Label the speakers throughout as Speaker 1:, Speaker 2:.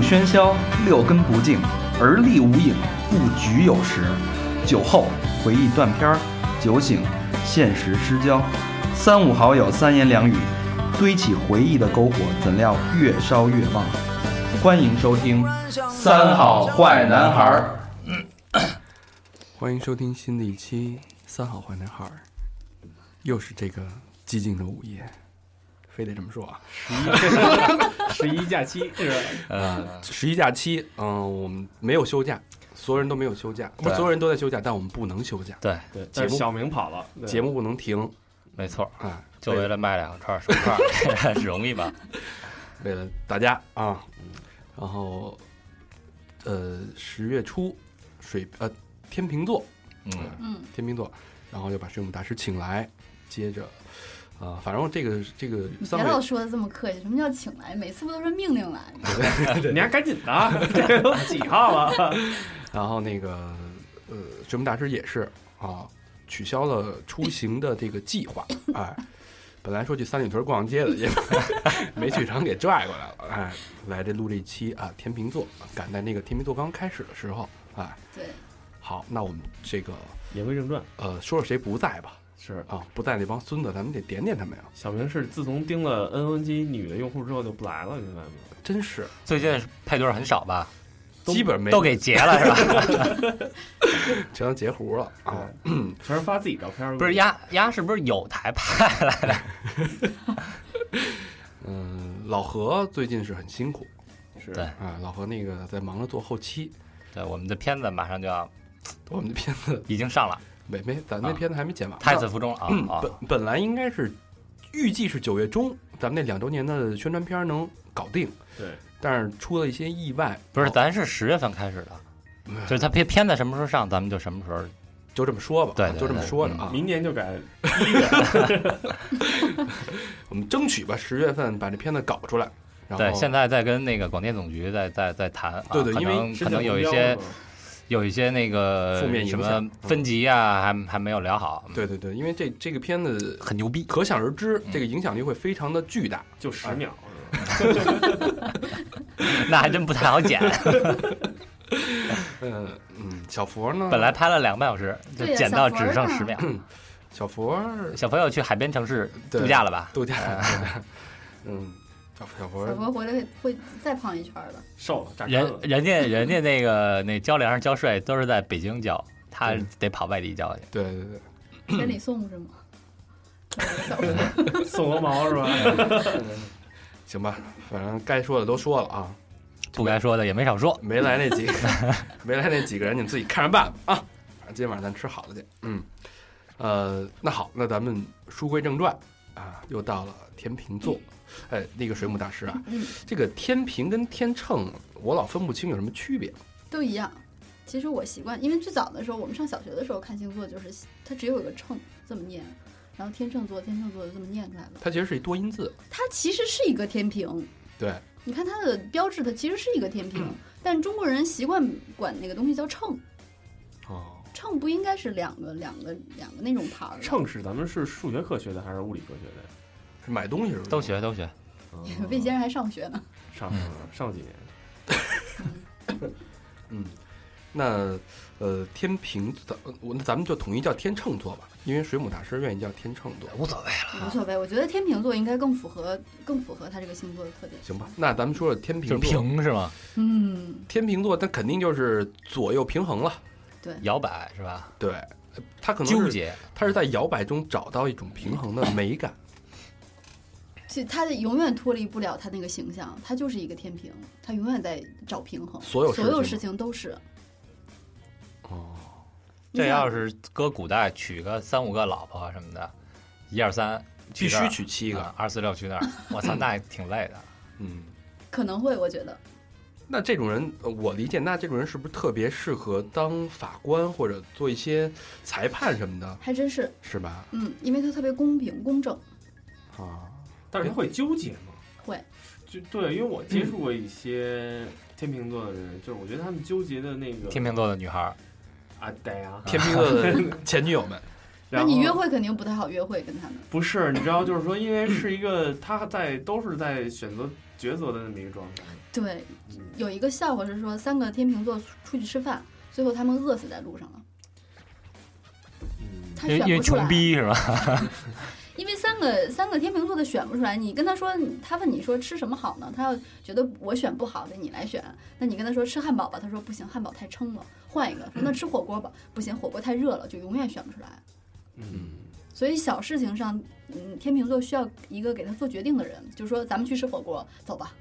Speaker 1: 喧嚣，六根不净，而立无影，不局有时。酒后回忆断片儿，酒醒现实失焦。三五好友三言两语，堆起回忆的篝火，怎料越烧越旺。欢迎收听《三好坏男孩儿
Speaker 2: 欢迎收听新的一期《三好坏男孩》，儿》，又是这个寂静的午夜，非得这么说啊？
Speaker 3: 十一 假期是吧？
Speaker 2: 呃，十一假期，嗯、我们没有休假，所有人都没有休假，不
Speaker 4: 对
Speaker 2: 是所有人都在休假，但我们不能休假，
Speaker 4: 对，
Speaker 3: 对，
Speaker 2: 节目
Speaker 3: 但是小明跑了，对
Speaker 2: 节目不能停
Speaker 4: 没错儿，
Speaker 2: 啊！
Speaker 4: 就
Speaker 2: 为
Speaker 4: 为了卖两串儿手 串儿，容易吧？
Speaker 2: 为了大家啊，然后，呃，十月初，水呃天秤座，
Speaker 4: 嗯，
Speaker 5: 嗯，
Speaker 2: 天秤座，然后又把水母大师请来，接着，啊、反正这个这个
Speaker 5: 你别
Speaker 2: 三位
Speaker 5: 老说的这么客气，什么叫请来？每次不都是命令来？
Speaker 3: 你还赶紧的啊，这都几号了？
Speaker 2: 然后那个呃，水木大师也是啊，取消了出行的这个计 划，哎，本来说去三里屯逛街的，也 没去成，给拽过来了，哎，来这录这一期啊，天秤座，赶在那个天秤座刚开始的时候，哎，
Speaker 5: 对，
Speaker 2: 好，那我们这个
Speaker 3: 言归正传，
Speaker 2: 呃，说说谁不在吧，
Speaker 3: 是
Speaker 2: 啊，不在那帮孙子，咱们得点点他们呀，
Speaker 3: 小明是自从盯了 N O N 机女的用户之后就不来了，明白吗？
Speaker 2: 真是
Speaker 4: 最近配对儿很少吧？
Speaker 3: 都
Speaker 2: 基本没
Speaker 4: 都给截了是 吧？
Speaker 2: 全都截胡了啊，
Speaker 3: 全是发自己照片儿，
Speaker 4: 嗯不是丫丫是不是有台派？
Speaker 2: 嗯，老何最近是很辛苦
Speaker 3: 是
Speaker 4: 对
Speaker 2: 啊，老何那个在忙着做后期，
Speaker 4: 对，我们的片子马上就要
Speaker 2: 我们的片子
Speaker 4: 已经上了，
Speaker 2: 没没，咱那
Speaker 4: 啊
Speaker 2: 片子还没剪完。嗯
Speaker 4: 胎死腹中啊啊！
Speaker 2: 本本来应该是预计是九月中，咱们那两周年的宣传片儿能搞定，
Speaker 3: 对，
Speaker 2: 但是出了一些意外，
Speaker 4: 不是，
Speaker 2: 哦
Speaker 4: 咱是十月份开始的，
Speaker 2: 哎
Speaker 4: 就是他片片子什么时候上，咱们就什么时候。
Speaker 2: 就这么说吧，
Speaker 4: 对
Speaker 2: 啊
Speaker 4: 对
Speaker 2: 就这么
Speaker 4: 对嗯
Speaker 2: 说着啊，
Speaker 3: 明年就改
Speaker 2: 我们争取吧，十月份把这片子搞出来。然后
Speaker 4: 对，现在在跟那个广电总局在在在谈啊，
Speaker 2: 对对
Speaker 4: 可
Speaker 2: 因为
Speaker 4: 能
Speaker 3: 申
Speaker 4: 可
Speaker 3: 请
Speaker 4: 能有一
Speaker 3: 目标
Speaker 4: 些
Speaker 3: 嘛
Speaker 4: 有一些那个
Speaker 2: 负面影
Speaker 4: 什
Speaker 2: 响
Speaker 4: 么分级啊，还还没有聊好，
Speaker 2: 对对对，因为这这个片子
Speaker 4: 很牛逼。
Speaker 2: 可想而知，
Speaker 4: 嗯
Speaker 2: 这个影响力会非常的巨大。
Speaker 3: 就
Speaker 4: 啊
Speaker 3: 十秒是吧？
Speaker 4: 那还真不太好剪。
Speaker 2: 嗯嗯，小佛呢？
Speaker 4: 本来拍了两个半小时，就
Speaker 5: 对呀
Speaker 4: 剪到只剩
Speaker 5: 小
Speaker 4: 十
Speaker 5: 佛
Speaker 4: 秒。
Speaker 2: 小佛儿
Speaker 4: 小朋友去海边城市
Speaker 2: 对
Speaker 4: 度假了吧？
Speaker 2: 度假，
Speaker 4: 啊
Speaker 2: 嗯，小小佛
Speaker 5: 小
Speaker 2: 儿
Speaker 5: 佛回来会再胖一圈的。
Speaker 3: 瘦了，炸干
Speaker 4: 人
Speaker 3: 了，
Speaker 4: 人家人家那个 那交粮上交税都是在北京交，他
Speaker 2: 对
Speaker 4: 得跑外地交去。
Speaker 2: 对对对。
Speaker 5: 千里送是吗？小佛
Speaker 3: 送鹅毛是吧？
Speaker 2: 行吧，反正该说的都说了啊，
Speaker 4: 不该说的也没少说。
Speaker 2: 没来那几个， 没来那几个人，你们自己看着办吧啊。反正今晚上咱吃好的去，嗯，呃，那好，那咱们书归正传啊，又到了天秤座，
Speaker 4: 嗯
Speaker 2: 哎，那个水母大师啊，
Speaker 5: 嗯
Speaker 2: 这个天平跟天秤，我老分不清有什么区别。
Speaker 5: 都一样。其实我习惯，因为最早的时候，我们上小学的时候看星座，就是它只有一个秤这么念，然后天秤座、天秤座就这么念出来的。
Speaker 2: 它其实是一多音字，
Speaker 5: 它其实是一个天平，
Speaker 2: 对，
Speaker 5: 你看它的标志，它其实是一个天平，但中国人习惯管那个东西叫秤，
Speaker 2: 哦，
Speaker 5: 秤不应该是两个、两个、两个那种牌儿吗，
Speaker 3: 秤是咱们是数学课学的还是物理课学的呀？
Speaker 2: 是买东西是不是？
Speaker 4: 都学都学，
Speaker 3: 嗯
Speaker 5: 魏先生还上学呢。
Speaker 3: 上上几年，
Speaker 2: 嗯，那呃，天平，咱我那咱们就统一叫天秤座吧，因为水母大师愿意叫天秤座。
Speaker 4: 无所谓了。
Speaker 5: 无所谓，我觉得天秤座应该更符合更符合他这个星座的特点。
Speaker 2: 行吧，那咱们说说天
Speaker 4: 就是
Speaker 2: 平座。
Speaker 4: 平是吗？
Speaker 5: 嗯，
Speaker 2: 天秤座，它肯定就是左右平衡了。
Speaker 4: 摇摆是吧？
Speaker 2: 对，它可
Speaker 4: 纠
Speaker 2: 能是
Speaker 4: 结。
Speaker 2: 它是在摇摆中找到一种平衡的美感。
Speaker 5: 所以他永远脱离不了他那个形象，他就是一个天平，他永远在找平衡，
Speaker 2: 所有事情吗
Speaker 5: 事情都是。
Speaker 2: 哦，
Speaker 5: 你
Speaker 4: 这
Speaker 5: 想
Speaker 4: 要是搁古代娶个三五个老婆啊什么的，一二三
Speaker 2: 必须娶七
Speaker 4: 一
Speaker 2: 个。
Speaker 4: 啊二四六去那儿，我操，那也挺累 的。
Speaker 2: 嗯，
Speaker 5: 可能会，我觉得
Speaker 2: 那这种人，呃我理解，那这种人是不是特别适合当法官或者做一些裁判什么的，
Speaker 5: 还真是，
Speaker 2: 是吧？
Speaker 5: 嗯，因为他特别公平公正，
Speaker 4: 哦
Speaker 2: 啊，
Speaker 3: 但是他会纠结吗？
Speaker 5: 会，
Speaker 3: 就对，因为我接触过一些天秤座的人，就是我觉得他们纠结的那个
Speaker 4: 天秤座的女孩儿，
Speaker 3: 啊，对啊，
Speaker 2: 天秤座的前女友们，
Speaker 5: 那
Speaker 3: 然后
Speaker 5: 你约会肯定不太好约会跟他们。
Speaker 3: 不是，你知道，就是说，因 为是一个他在都是在选择抉择的那么一个状态。
Speaker 5: 对，
Speaker 3: 嗯
Speaker 5: 有一个笑话是说，三个天秤座出出去吃饭，最后他们饿死在路上了。
Speaker 3: 嗯
Speaker 5: 他
Speaker 4: 因为
Speaker 5: 选
Speaker 4: 因为
Speaker 5: 不出
Speaker 4: 穷
Speaker 5: 来，
Speaker 4: 逼是吧？
Speaker 5: 因为三个三个天秤座的选不出来。你跟他说，他问你说吃什么好呢？他要觉得我选不好的，你来选。那你跟他说吃汉堡吧，他说不行，汉堡太撑了，换一个。说那吃火锅吧，不行，火锅太热了，就永远选不出来。
Speaker 3: 嗯，
Speaker 5: 所以小事情上，嗯，天秤座需要一个给他做决定的人，就说咱们去吃火锅，走吧。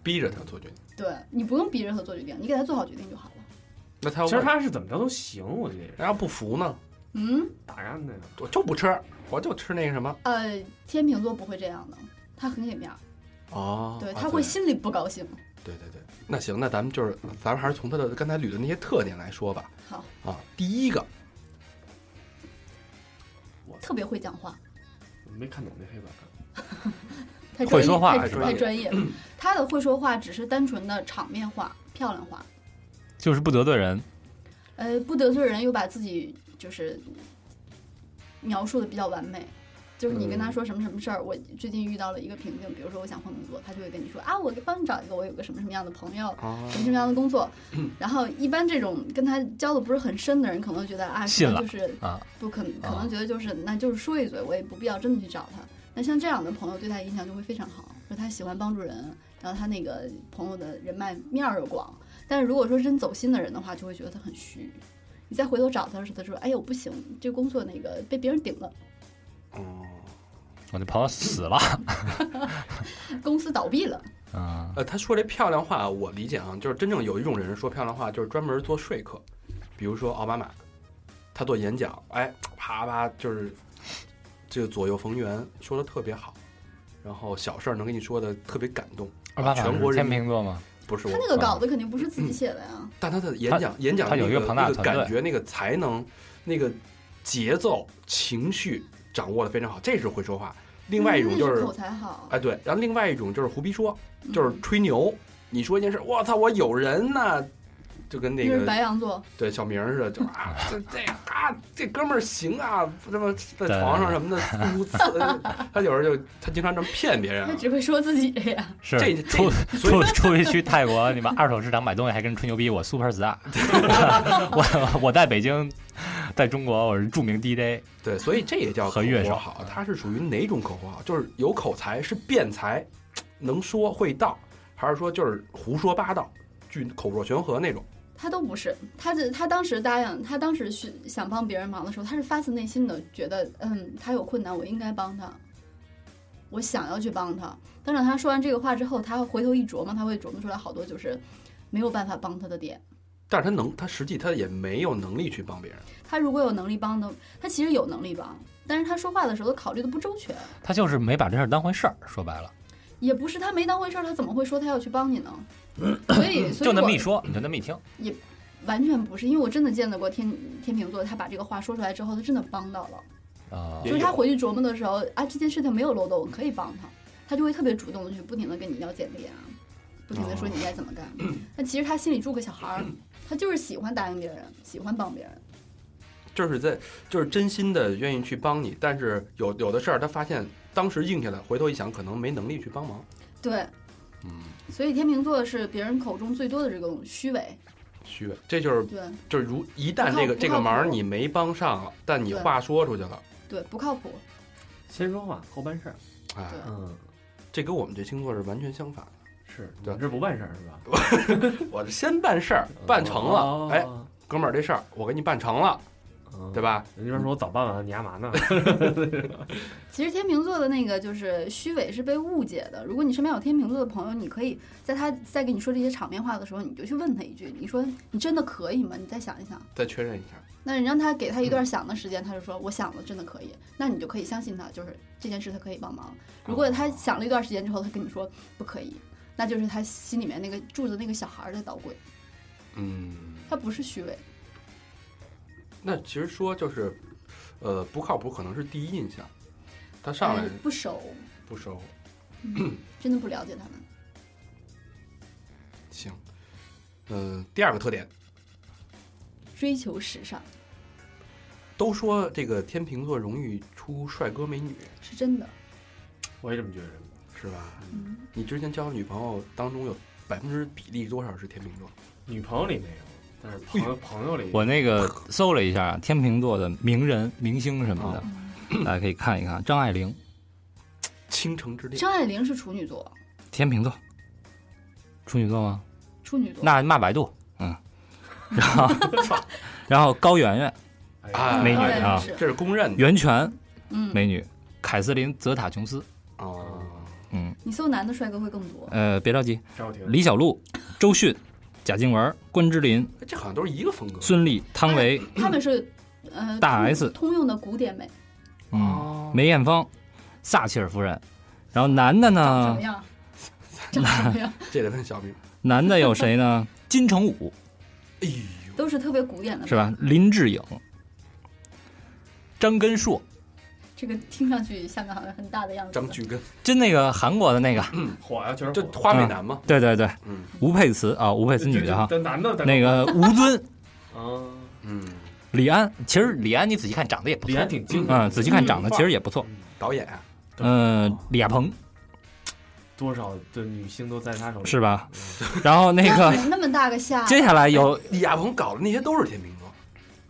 Speaker 2: 逼着他做决定。
Speaker 5: 对你不用逼着他做决定，你给他做好决定就好了。
Speaker 2: 那他要
Speaker 3: 其实
Speaker 2: 问，
Speaker 3: 他是怎么着都行，我觉得也是
Speaker 2: 然后不服呢，
Speaker 5: 嗯，
Speaker 3: 打干的呀。
Speaker 2: 我就不吃，我就吃那个什么。
Speaker 5: 呃，天秤座不会这样的，他很给面儿，
Speaker 2: 哦
Speaker 5: 对他会心里不高兴。
Speaker 2: 对对对，那行，那咱们就是，咱们还是从他的刚才捋的那些特点来说吧。
Speaker 5: 好，
Speaker 2: 啊，第一个，
Speaker 5: 特别会讲话，
Speaker 3: 没看懂那黑板。
Speaker 5: 太
Speaker 4: 会
Speaker 5: 专
Speaker 4: 说
Speaker 5: 业，
Speaker 4: 话
Speaker 5: 太
Speaker 4: 是
Speaker 3: 吧
Speaker 5: 太专业。 他的会说话只是单纯的场面话、漂亮话，
Speaker 4: 就是不得罪人，
Speaker 5: 呃，不得罪人又把自己就是描述的比较完美。就是你
Speaker 4: 嗯
Speaker 5: 跟他说什么什么事儿，我最近遇到了一个瓶颈，比如说我想换工作，他就会跟你说啊，我帮你找一个，我有个什么什么样的朋友，
Speaker 2: 啊
Speaker 5: 什么什么样的工作。然后一般这种跟他交的不是很深的人，可能觉得啊，
Speaker 4: 信
Speaker 5: 可能
Speaker 4: 了
Speaker 5: 就是
Speaker 4: 啊，
Speaker 5: 不可可
Speaker 4: 啊
Speaker 5: 能觉得就是那就是说一嘴，我也不必要真的去找他。那像这样的朋友对他影响就会非常好，就他喜欢帮助人，然后他那个朋友的人脉面儿又广。但是如果说真走心的人的话，就会觉得他很虚。你再回头找他的时候，他说：“哎呦，不行，这工作那个被别人顶了，
Speaker 2: 哦，
Speaker 4: 我那朋友死了，
Speaker 5: 公司倒闭了。
Speaker 4: 嗯，
Speaker 2: 呃，他说这漂亮话，我理解啊，就是真正有一种人说漂亮话，就是专门做说客，比如说奥巴马，他做演讲，哎，啪啪就是这个左右逢源，说的特别好，然后小事儿能跟你说的特别感动，
Speaker 4: 二八
Speaker 2: 全国人
Speaker 4: 天秤座吗？
Speaker 2: 不是”我
Speaker 5: 他那个稿子肯定不是自己啊写的呀，
Speaker 2: 但他的演讲演讲
Speaker 4: 他有
Speaker 2: 那
Speaker 4: 一个庞大的
Speaker 2: 那个
Speaker 4: 团队
Speaker 2: 感觉、那个才能、那个节奏、情绪掌握的非常好，这是会说话。另外一种
Speaker 5: 嗯
Speaker 2: 就
Speaker 5: 那
Speaker 2: 是，
Speaker 5: 口才好，
Speaker 2: 哎，对，然后另外一种就是胡逼说，就是
Speaker 5: 嗯
Speaker 2: 吹牛。你说一件事，我操，我有人呢，就跟那
Speaker 5: 就是
Speaker 2: 个
Speaker 5: 白羊座，
Speaker 2: 对小明似的，就 啊，这这啊，这哥们儿行啊，什么在床上什么的，噗呲他有时候就他经常这么骗别人
Speaker 5: 他
Speaker 2: 啊。
Speaker 5: 只会说自己呀。
Speaker 4: 是
Speaker 2: 这这
Speaker 4: 出
Speaker 2: 所以
Speaker 4: 出出去去泰国，你妈二手市场买东西还跟人吹牛逼，我 super star，我我在北京，在中国我是著名 DJ，
Speaker 2: 对，所以这也叫
Speaker 4: 和
Speaker 2: 口
Speaker 4: 乐嗯
Speaker 2: 活
Speaker 4: 手
Speaker 2: 好。他是属于哪种口活好？就是有口才，是辩才，能说会道，还是说就是胡说八道，句口若悬河那种？
Speaker 5: 他都不是，他这他当时答应，他当时去想帮别人忙的时候，他是发自内心的觉得，嗯，他有困难，我应该帮他，我想要去帮他。但是他说完这个话之后，他回头一琢磨，他会琢磨出来好多就是没有办法帮他的点。
Speaker 2: 但是他能，他实际他也没有能力去帮别人。
Speaker 5: 他如果有能力帮的，他其实有能力帮，但是他说话的时候考虑的不周全，
Speaker 4: 他就是没把这事儿当回事儿，说白了，
Speaker 5: 也不是他没当回事儿，他怎么会说他要去帮你呢？所以，所以
Speaker 4: 就那么
Speaker 5: 我
Speaker 4: 一说，你就那么一听，
Speaker 5: 完全不是，因为我真的见到过天天秤座，他把这个话说出来之后，他真的帮到了。
Speaker 4: 啊
Speaker 3: 也
Speaker 5: 就是他
Speaker 3: 有
Speaker 5: 回去琢磨的时候啊，这件事情没有漏洞，可以帮他，他就会特别主动的去不停的跟你要简历啊，不停的说你该怎么干。
Speaker 3: 哦
Speaker 5: 但其实他心里住个小 孩儿，他就是喜欢答应别人，喜欢帮别人。
Speaker 2: 就是在就是真心的愿意去帮你，但是有有的事儿他发现当时硬下来，回头一想可能没能力去帮忙。
Speaker 5: 对，
Speaker 2: 嗯，
Speaker 5: 所以天秤座是别人口中最多的这种虚伪。
Speaker 2: 虚伪，这就是
Speaker 5: 对
Speaker 2: 就是如一旦这个
Speaker 5: 不靠谱
Speaker 2: 这个忙你没帮上，但你话说出去了，
Speaker 5: 对，不靠谱。
Speaker 3: 先说话后办事儿。
Speaker 2: 哎，
Speaker 5: 对
Speaker 3: 嗯，
Speaker 2: 这跟我们这星座是完全相反的。
Speaker 3: 是
Speaker 2: 对
Speaker 3: 你这不办事儿是吧？
Speaker 2: 我是先办事儿，办成了，哎，
Speaker 3: 哦，
Speaker 2: 哥们儿这事儿我给你办成了，
Speaker 3: 嗯
Speaker 2: 对？吧？
Speaker 3: 人家说我早办完了，你干嘛呢？
Speaker 5: 其实天秤座的那个就是虚伪是被误解的。如果你身边有天秤座的朋友，你可以在他在跟你说这些场面话的时候，你就去问他一句，你说你真的可以吗？你再想一想。
Speaker 2: 再确认一下。
Speaker 5: 那你让他给他一
Speaker 4: 嗯
Speaker 5: 段想的时间，他就说我想了，真的可以。那你就可以相信他，就是这件事他可以帮
Speaker 4: 哦
Speaker 5: 忙。如果他想了一段时间之后，他跟你说不可以，那就是他心里面那个住着那个小孩儿在捣鬼，
Speaker 2: 嗯，
Speaker 5: 他不是虚伪。
Speaker 2: 那其实说就是，呃，不靠谱可能是第一印象，他上来
Speaker 5: 哎不熟，
Speaker 2: 不收。
Speaker 5: 真的不了解他们。
Speaker 2: 行，呃，第二个特点，
Speaker 5: 追求时尚，
Speaker 2: 都说这个天秤座容易出帅哥美女，
Speaker 5: 是真的。
Speaker 3: 我也这么觉得。
Speaker 2: 是吧？
Speaker 5: 嗯，
Speaker 2: 你之前交的女朋友当中有百分之比例多少是天秤座？
Speaker 3: 女朋友里没有，但是朋友朋友里
Speaker 4: 我那个搜了一下啊天秤座的名人、明星什么的，大家可以看一看。张爱玲，
Speaker 2: 倾城之恋，
Speaker 5: 张爱玲是处女座，
Speaker 4: 天秤座，处女座吗？
Speaker 5: 处女座。
Speaker 4: 那骂百度，嗯，然后然后高圆圆、
Speaker 3: 哎
Speaker 2: 啊
Speaker 4: 美
Speaker 5: 高
Speaker 4: 女
Speaker 5: 圆
Speaker 4: 啊
Speaker 5: 圆是，
Speaker 2: 这是公认的
Speaker 4: 袁泉
Speaker 5: 嗯，
Speaker 4: 美女，凯瑟琳·泽塔·琼斯，
Speaker 2: 哦。
Speaker 4: 嗯，
Speaker 5: 你搜男的帅哥会更多。
Speaker 4: 呃，别着急，
Speaker 3: 赵婷
Speaker 4: 李小璐、周迅、贾静雯、关之琳、
Speaker 2: 哎这好像都是一个风格。
Speaker 4: 孙俪、汤唯，
Speaker 5: 他们是 呃
Speaker 4: 大
Speaker 5: 通
Speaker 4: S
Speaker 5: 通用的古典美，
Speaker 4: 嗯，
Speaker 2: 哦，
Speaker 4: 梅艳芳、撒切尔夫人。然后男的
Speaker 5: 怎
Speaker 4: 呢
Speaker 5: 么？样？ 长什么样？
Speaker 2: 这得问小明。
Speaker 4: 男的有谁呢？金城武
Speaker 2: 哎呦，
Speaker 5: 都是特别古典的，
Speaker 4: 是？吧？林志颖、张根硕，
Speaker 5: 这个听上去下面好像很大的样子。
Speaker 2: 张巨根，
Speaker 4: 就那个韩国的那个，
Speaker 3: 火呀，全是
Speaker 2: 这
Speaker 3: 火。
Speaker 2: 花美男嘛，
Speaker 4: 对对对，
Speaker 2: 嗯
Speaker 4: 吴佩慈啊，吴佩慈女的哈，
Speaker 3: 这男的在
Speaker 4: 那个吴尊、
Speaker 3: 啊，
Speaker 2: 嗯，
Speaker 4: 李安，其实李安你仔细看长得也不
Speaker 3: 李
Speaker 4: 错
Speaker 3: 安，挺精的，
Speaker 4: 嗯，仔细看长得其实也不错，
Speaker 2: 导演啊
Speaker 4: 嗯，李亚鹏
Speaker 3: 多少的女星都在他手里。
Speaker 4: 是吧？然后那个
Speaker 5: 那么大个下，
Speaker 4: 接下来有
Speaker 2: 李亚鹏搞的那些都是天秤座，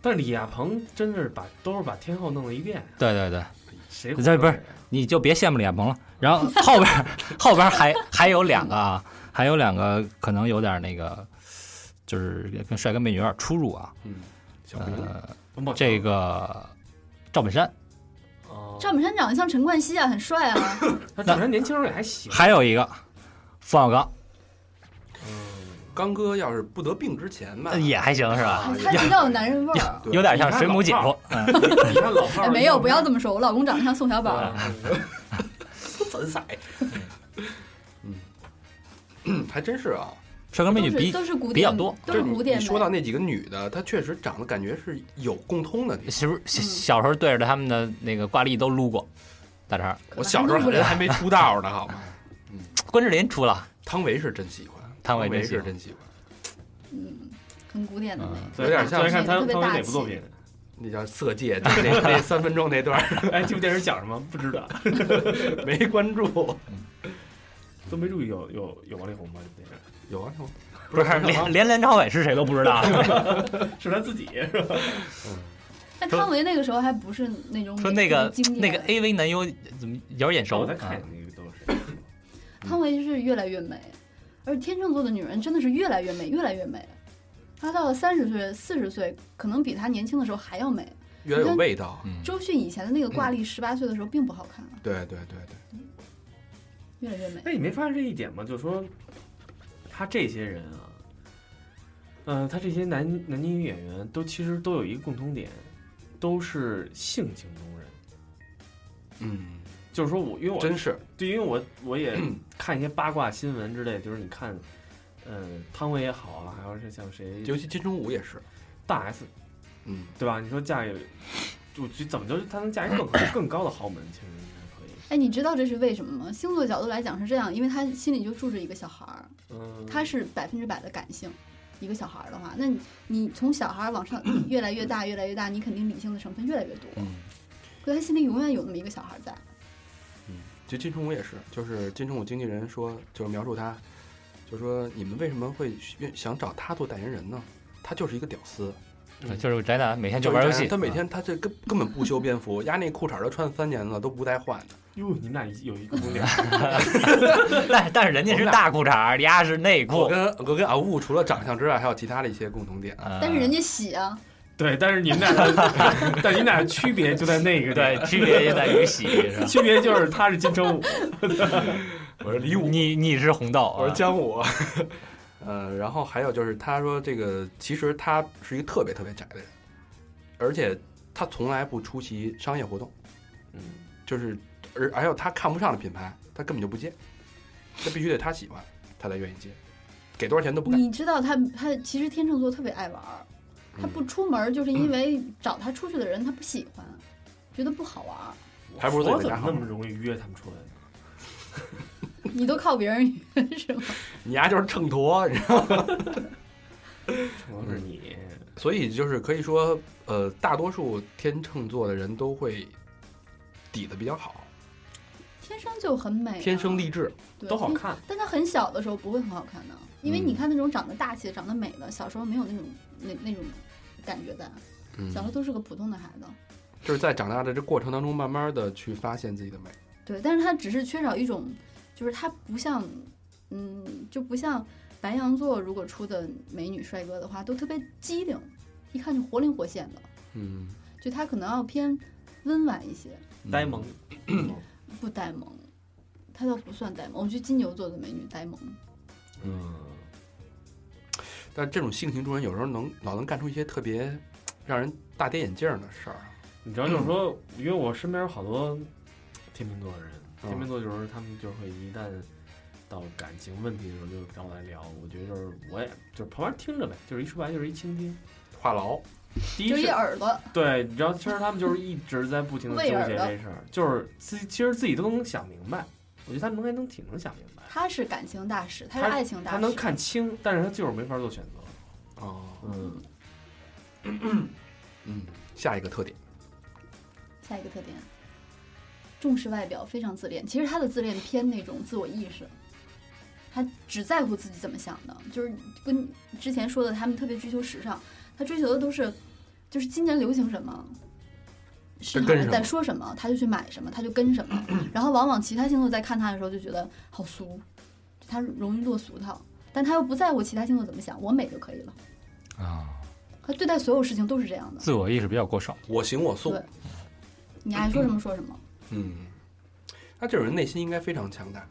Speaker 3: 但是李亚鹏真是把都是把天后弄了一遍，
Speaker 4: 对对对，
Speaker 3: 谁
Speaker 4: 这不是你就别羡慕李亚鹏了。然后后边后边还还有两个啊，还有两个可能有点那个，就是跟帅哥美女有点出入啊。
Speaker 2: 小明
Speaker 4: 呃，
Speaker 3: 是
Speaker 4: 这个赵本山，
Speaker 3: 哦
Speaker 5: 赵本山长得像陈冠希啊，很帅 啊。
Speaker 3: 他本身年轻时候也还行，
Speaker 4: 还有一个冯小刚，
Speaker 3: 嗯
Speaker 2: 刚哥要是不得病之前吧
Speaker 4: 呃，也还行是吧？
Speaker 5: 哎他比较有男人味儿。啊
Speaker 2: 对
Speaker 4: 有点像水母姐夫，嗯
Speaker 3: 你看老炮
Speaker 5: 哎，
Speaker 3: 儿
Speaker 5: 没有，不要这么说。我老公长得像宋小宝，
Speaker 4: 啊
Speaker 5: 啊
Speaker 2: 粉色。嗯，还真是啊。
Speaker 4: 帅哥
Speaker 5: 都
Speaker 4: 美女
Speaker 5: 是
Speaker 4: 比
Speaker 5: 都是古典
Speaker 4: 比较多
Speaker 5: 都是
Speaker 2: 你
Speaker 5: 古典
Speaker 2: 你
Speaker 5: 美。
Speaker 2: 说到那几个女的，她确实长得感觉是有共通的地方。
Speaker 4: 是不是小小时候对着他们的那个挂历都撸过？大肠，
Speaker 2: 我小时候人还没出道呢，好吗？
Speaker 4: 关之琳出了，
Speaker 2: 汤唯是真喜欢，
Speaker 4: 汤唯
Speaker 2: 唯
Speaker 4: 真喜
Speaker 2: 是
Speaker 4: 欢
Speaker 2: 真喜欢，
Speaker 5: 嗯，很古典的美。
Speaker 2: 有
Speaker 4: 啊
Speaker 2: 点像
Speaker 3: 所以看他
Speaker 5: 特别
Speaker 3: 他
Speaker 5: 大
Speaker 3: 哪
Speaker 5: 气
Speaker 3: 部作品？
Speaker 2: 那叫色戒，就 那那三分钟那段儿
Speaker 3: 哎，这部电影讲什么？不知道，
Speaker 2: 没关注。
Speaker 4: 嗯
Speaker 3: 都没注意有有有王力宏吗？这部电影
Speaker 2: 有啊，有啊
Speaker 4: 不是连连梁朝伟是谁都不知道，
Speaker 3: 是他自己是吧？
Speaker 5: 但汤唯那个时候还不是那种
Speaker 4: 说那个
Speaker 5: 经典
Speaker 4: 那个 AV 男优怎么有点眼熟
Speaker 3: 我再
Speaker 4: 啊
Speaker 3: 看？那个都是。
Speaker 5: 汤唯是越来越美，而天秤座的女人真的是越来越美，越来越美。她到了三十岁、四十岁，可能比她年轻的时候还要美。
Speaker 2: 越来越有味道。
Speaker 4: 嗯
Speaker 5: 周迅以前的那个挂历，十八岁的时候并不好看啊，
Speaker 2: 对对对对，
Speaker 5: 越来越美。
Speaker 3: 哎，你没发现这一点吗？就是说，他这些人啊，嗯、他这些男男女演员都其实都有一个共通点，都是性情中人。
Speaker 2: 嗯，
Speaker 3: 就是说我因为我
Speaker 2: 真是
Speaker 3: 对，因为我我也看一些八卦新闻之类，就是你看，呃，汤唯也好啊，还有是像谁
Speaker 2: 尤其金城武也是，
Speaker 3: 大 S
Speaker 2: 嗯，
Speaker 3: 对吧？你说嫁给，我觉得怎么就她能嫁一更更高的豪门，其实应该可以。
Speaker 5: 哎，你知道这是为什么吗？星座角度来讲是这样，因为她心里就住着一个小孩儿，
Speaker 3: 嗯，
Speaker 5: 她是百分之百的感性。一个小孩儿的话，那你你从小孩儿 往上越来越大，越来越大，你肯定理性的成分越来越多。
Speaker 2: 嗯
Speaker 5: 可她心里永远有那么一个小孩儿在。
Speaker 2: 就金城武也是，就是金城武经纪人说，就是描述他，就说你们为什么会想找他做代言人呢？他就是一个屌丝，
Speaker 3: 嗯
Speaker 4: 就是个宅男，每天就
Speaker 2: 就
Speaker 4: 玩游
Speaker 2: 是
Speaker 4: 戏。嗯
Speaker 2: 他每天他这根根本不修边幅，压那裤衩都穿三年了都不带换的。
Speaker 3: 哟，你们俩有一个共同点，
Speaker 4: 嗯， 但但是人家是大裤衩，人家是内
Speaker 2: 我
Speaker 4: 裤，
Speaker 2: 跟我跟阿雾除了长相之外，还有其他的一些共同点。
Speaker 4: 嗯
Speaker 5: 但是人家喜啊，
Speaker 3: 对，但是你们俩 的，但你们俩的区别就在那个点？
Speaker 4: 对，区别就在于喜，是吧
Speaker 3: 区别就是他是金城武，
Speaker 2: 我说李武，
Speaker 4: 你你是红豆，啊
Speaker 2: 我说姜武，呃，然后还有就是他说这个，其实他是一个特别特别宅的人，而且他从来不出席商业活动，
Speaker 3: 嗯，
Speaker 2: 就是而还有他看不上的品牌，他根本就不接，这必须得他喜欢，他才愿意接，给多少钱都不干。
Speaker 5: 你知道他他其实天秤座特别爱玩儿，他
Speaker 2: 嗯
Speaker 5: 不出门儿就是因为找他出去的人他不喜欢，觉得不好玩儿。
Speaker 2: 还不如自己
Speaker 3: 我
Speaker 2: 在
Speaker 3: 怎
Speaker 2: 家
Speaker 3: 么
Speaker 2: 好
Speaker 3: 那么容易约他们出来呢？
Speaker 5: 你都靠别人 是吗？
Speaker 2: 啊
Speaker 3: 嗯
Speaker 2: 你丫就是秤砣，你知道吗
Speaker 3: 我是你，
Speaker 2: 所以就是可以说，呃，大多数天秤座的人都会底子比较好，
Speaker 5: 天生就很美啊、
Speaker 2: 天生丽质。
Speaker 5: 对
Speaker 3: 都好。看。
Speaker 5: 但他很小的时候不会很好看的，因为
Speaker 2: 嗯
Speaker 5: 你看那种长得大气的、长得美的，小时候没有那种那那种感觉的，
Speaker 2: 嗯
Speaker 5: 小时候都是个普通的孩子。
Speaker 2: 就是在长大的这过程当中，慢慢的去发现自己的美。
Speaker 5: 对，但是他只是缺少一种，就是他不像，嗯，就不像白羊座如果出的美女帅哥的话，都特别机灵，一看就活灵活现的，
Speaker 2: 嗯，
Speaker 5: 就他可能要偏温婉一些，
Speaker 3: 呆萌，
Speaker 5: 不呆萌，他倒不算呆萌。我觉得金牛座的美女呆萌，
Speaker 2: 嗯，但这种性情中人有时候能老能干出一些特别让人大跌眼镜的事儿。
Speaker 3: 你知道，就是说，因为我身边有好多天秤座的人，天秤座就是他们就会一旦到感情问题的时候就找我来聊。我觉得就是我也就是旁边听着呗，就是一说白就是一倾 听。
Speaker 2: 话痨，
Speaker 3: 第一
Speaker 5: 就是一耳朵，
Speaker 3: 对，你知道，其实他们就是一直在不停的纠
Speaker 5: 喂耳
Speaker 3: 结
Speaker 5: 朵
Speaker 3: 这事儿，就是自己其实自己都能想明白。我觉得他们应该能挺能想明白，
Speaker 5: 他是感情大师，他是
Speaker 3: 他
Speaker 5: 爱情大
Speaker 3: 他
Speaker 5: 师，
Speaker 3: 能看清，但是他就是没法做选择。
Speaker 2: 哦，
Speaker 3: 嗯，
Speaker 2: 嗯，下一个特点，
Speaker 5: 下一个特点，重视外表，非常自恋。其实他的自恋偏那种自我意识，他只在乎自己怎么想的，就是跟之前说的他们特别追求时尚，他追求的都是，就是今年流行什么。市场
Speaker 2: 跟
Speaker 5: 人
Speaker 2: 什
Speaker 5: 在
Speaker 2: 么
Speaker 5: 说什么，他就去买什么，他就跟 什么。然后往往其他星座在看他的时候就觉得好俗，他容易落俗套，但他又不在乎其他星座怎么想，我美就可以了。
Speaker 4: 啊，
Speaker 5: 他对待所有事情都是这样的，
Speaker 4: 自我意识比较过剩。
Speaker 2: 我行我素
Speaker 5: 对。你爱说什么说什么。
Speaker 2: 嗯，那这种人内心应该非常强大。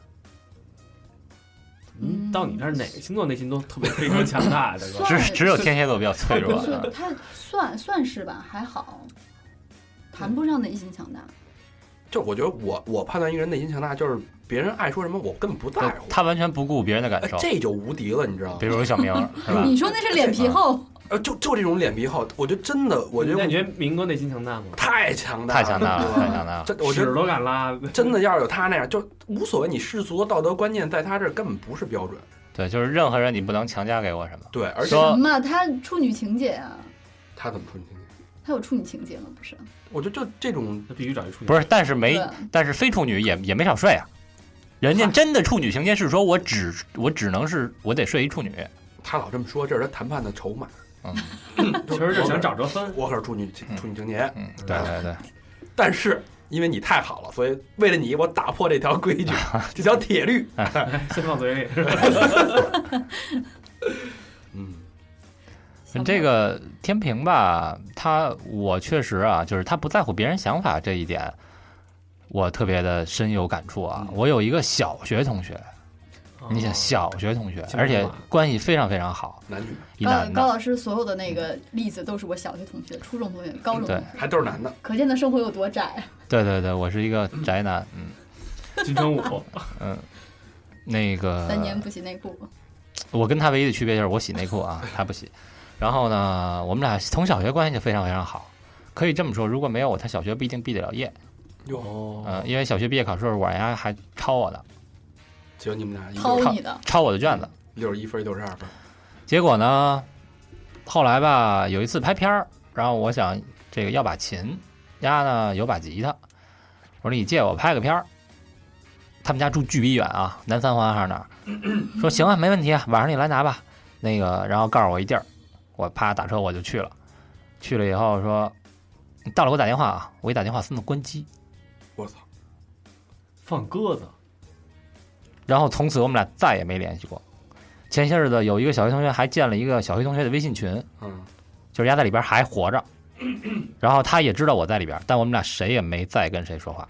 Speaker 5: 嗯
Speaker 3: 到你那儿哪个星座内心都特别非常强大啊的，
Speaker 5: 算
Speaker 4: 只只有天蝎座比较脆弱
Speaker 5: 所以
Speaker 4: 的，
Speaker 5: 他算算是吧，还好，谈不上内心强大。
Speaker 2: 就我觉得我我判断一个人内心强大，就是别人爱说什么我根本不在乎，
Speaker 4: 他完全不顾别人的感
Speaker 2: 哎
Speaker 4: 受，
Speaker 2: 这嗯就无敌了，你知道吗
Speaker 4: 比？如小 明是吧？
Speaker 5: 你说那是脸皮厚，
Speaker 2: 呃，就就这种脸皮厚，我觉得真的，我觉
Speaker 3: 那你
Speaker 2: 得
Speaker 3: 觉得明哥内心强大吗？
Speaker 2: 太强大，
Speaker 4: 太强大了，太
Speaker 2: 了。
Speaker 4: 强大了。
Speaker 2: 这我觉
Speaker 3: 屎
Speaker 2: 得
Speaker 3: 都敢拉，
Speaker 2: 真的要是有他那样，就无所谓。你世俗的道德观念在他这儿根本不是标准，
Speaker 4: 对，就是任何人你不能强加给我什么。
Speaker 2: 对。而且
Speaker 4: 说
Speaker 5: 什么？他处女情节啊，
Speaker 2: 他怎么说你听听？
Speaker 5: 他有处女情节吗？不是，
Speaker 2: 我觉得就这种
Speaker 3: 那必须找
Speaker 2: 嗯
Speaker 3: 一处女。
Speaker 4: 不是，但是没
Speaker 5: 对，
Speaker 4: 但是非处女也也没少睡啊。人家真的处女情节是说我只我只能是我得睡一处女，
Speaker 2: 他老这么说，这是他谈判的筹码。
Speaker 4: 嗯，
Speaker 3: 其实就想找折分。
Speaker 2: 我可是处女
Speaker 4: 嗯
Speaker 2: 处女情节，
Speaker 4: 嗯，对对对，
Speaker 2: 但是因为你太好了，所以为了你，我打破这条规 矩，这条铁律。
Speaker 3: 先放嘴里。
Speaker 2: 嗯
Speaker 5: 小
Speaker 4: 这
Speaker 5: 胖
Speaker 4: 个天平吧，他我确实啊，就是他不在乎别人想法这一点，我特别的深有感触啊。
Speaker 2: 嗯
Speaker 4: 我有一个小学同学，
Speaker 3: 哦
Speaker 4: 你想
Speaker 3: 笑？
Speaker 4: 小学同学，
Speaker 3: 青梅
Speaker 4: 而且
Speaker 3: 竹马
Speaker 4: 关系非常非常好，
Speaker 2: 男女
Speaker 4: 一
Speaker 5: 高
Speaker 4: 男
Speaker 5: 呃高
Speaker 4: 的，
Speaker 5: 老师所有的那个例子都是我小学同学、初中同学、高中同
Speaker 4: 对
Speaker 5: 学，
Speaker 2: 还都是男的，
Speaker 5: 可见他生活有多窄。
Speaker 4: 对对对，我是一个宅男，嗯
Speaker 3: 哦金城武，
Speaker 4: 嗯，那个
Speaker 5: 三年不洗内裤，
Speaker 4: 我跟他唯一的区别就是我洗内裤啊，他不洗。然后呢，我们俩从小学关系就非常非常好，可以这么说，如果没有我，他小学不一定毕得了业。
Speaker 3: 哦
Speaker 2: 哟，
Speaker 4: 嗯、因为小学毕业考试的时候，我丫还抄我呢，
Speaker 2: 只有你们俩一
Speaker 5: 掏
Speaker 2: 个
Speaker 5: 你的，
Speaker 4: 抄我的卷子。
Speaker 2: 六十一分，六十二分，
Speaker 4: 结果呢，后来吧，有一次拍片儿，然后我想这个要把琴，丫呢有把吉他，我说你借我拍个片儿。他们家住巨逼远啊，南三环还是哪儿？说行啊，没问题啊，晚上你来拿吧。那个，然后告诉我一地儿，我啪打车我就去了。去了以后说，你到了给我打电话啊，我一打电话，孙子关机。
Speaker 2: 我操！
Speaker 3: 放鸽子，
Speaker 4: 然后从此我们俩再也没联系过。前些日子有一个小学同学还建了一个小学同学的微信群，
Speaker 2: 嗯，
Speaker 4: 就是丫在里边还活着，然后他也知道我在里边，但我们俩谁也没再跟谁说话。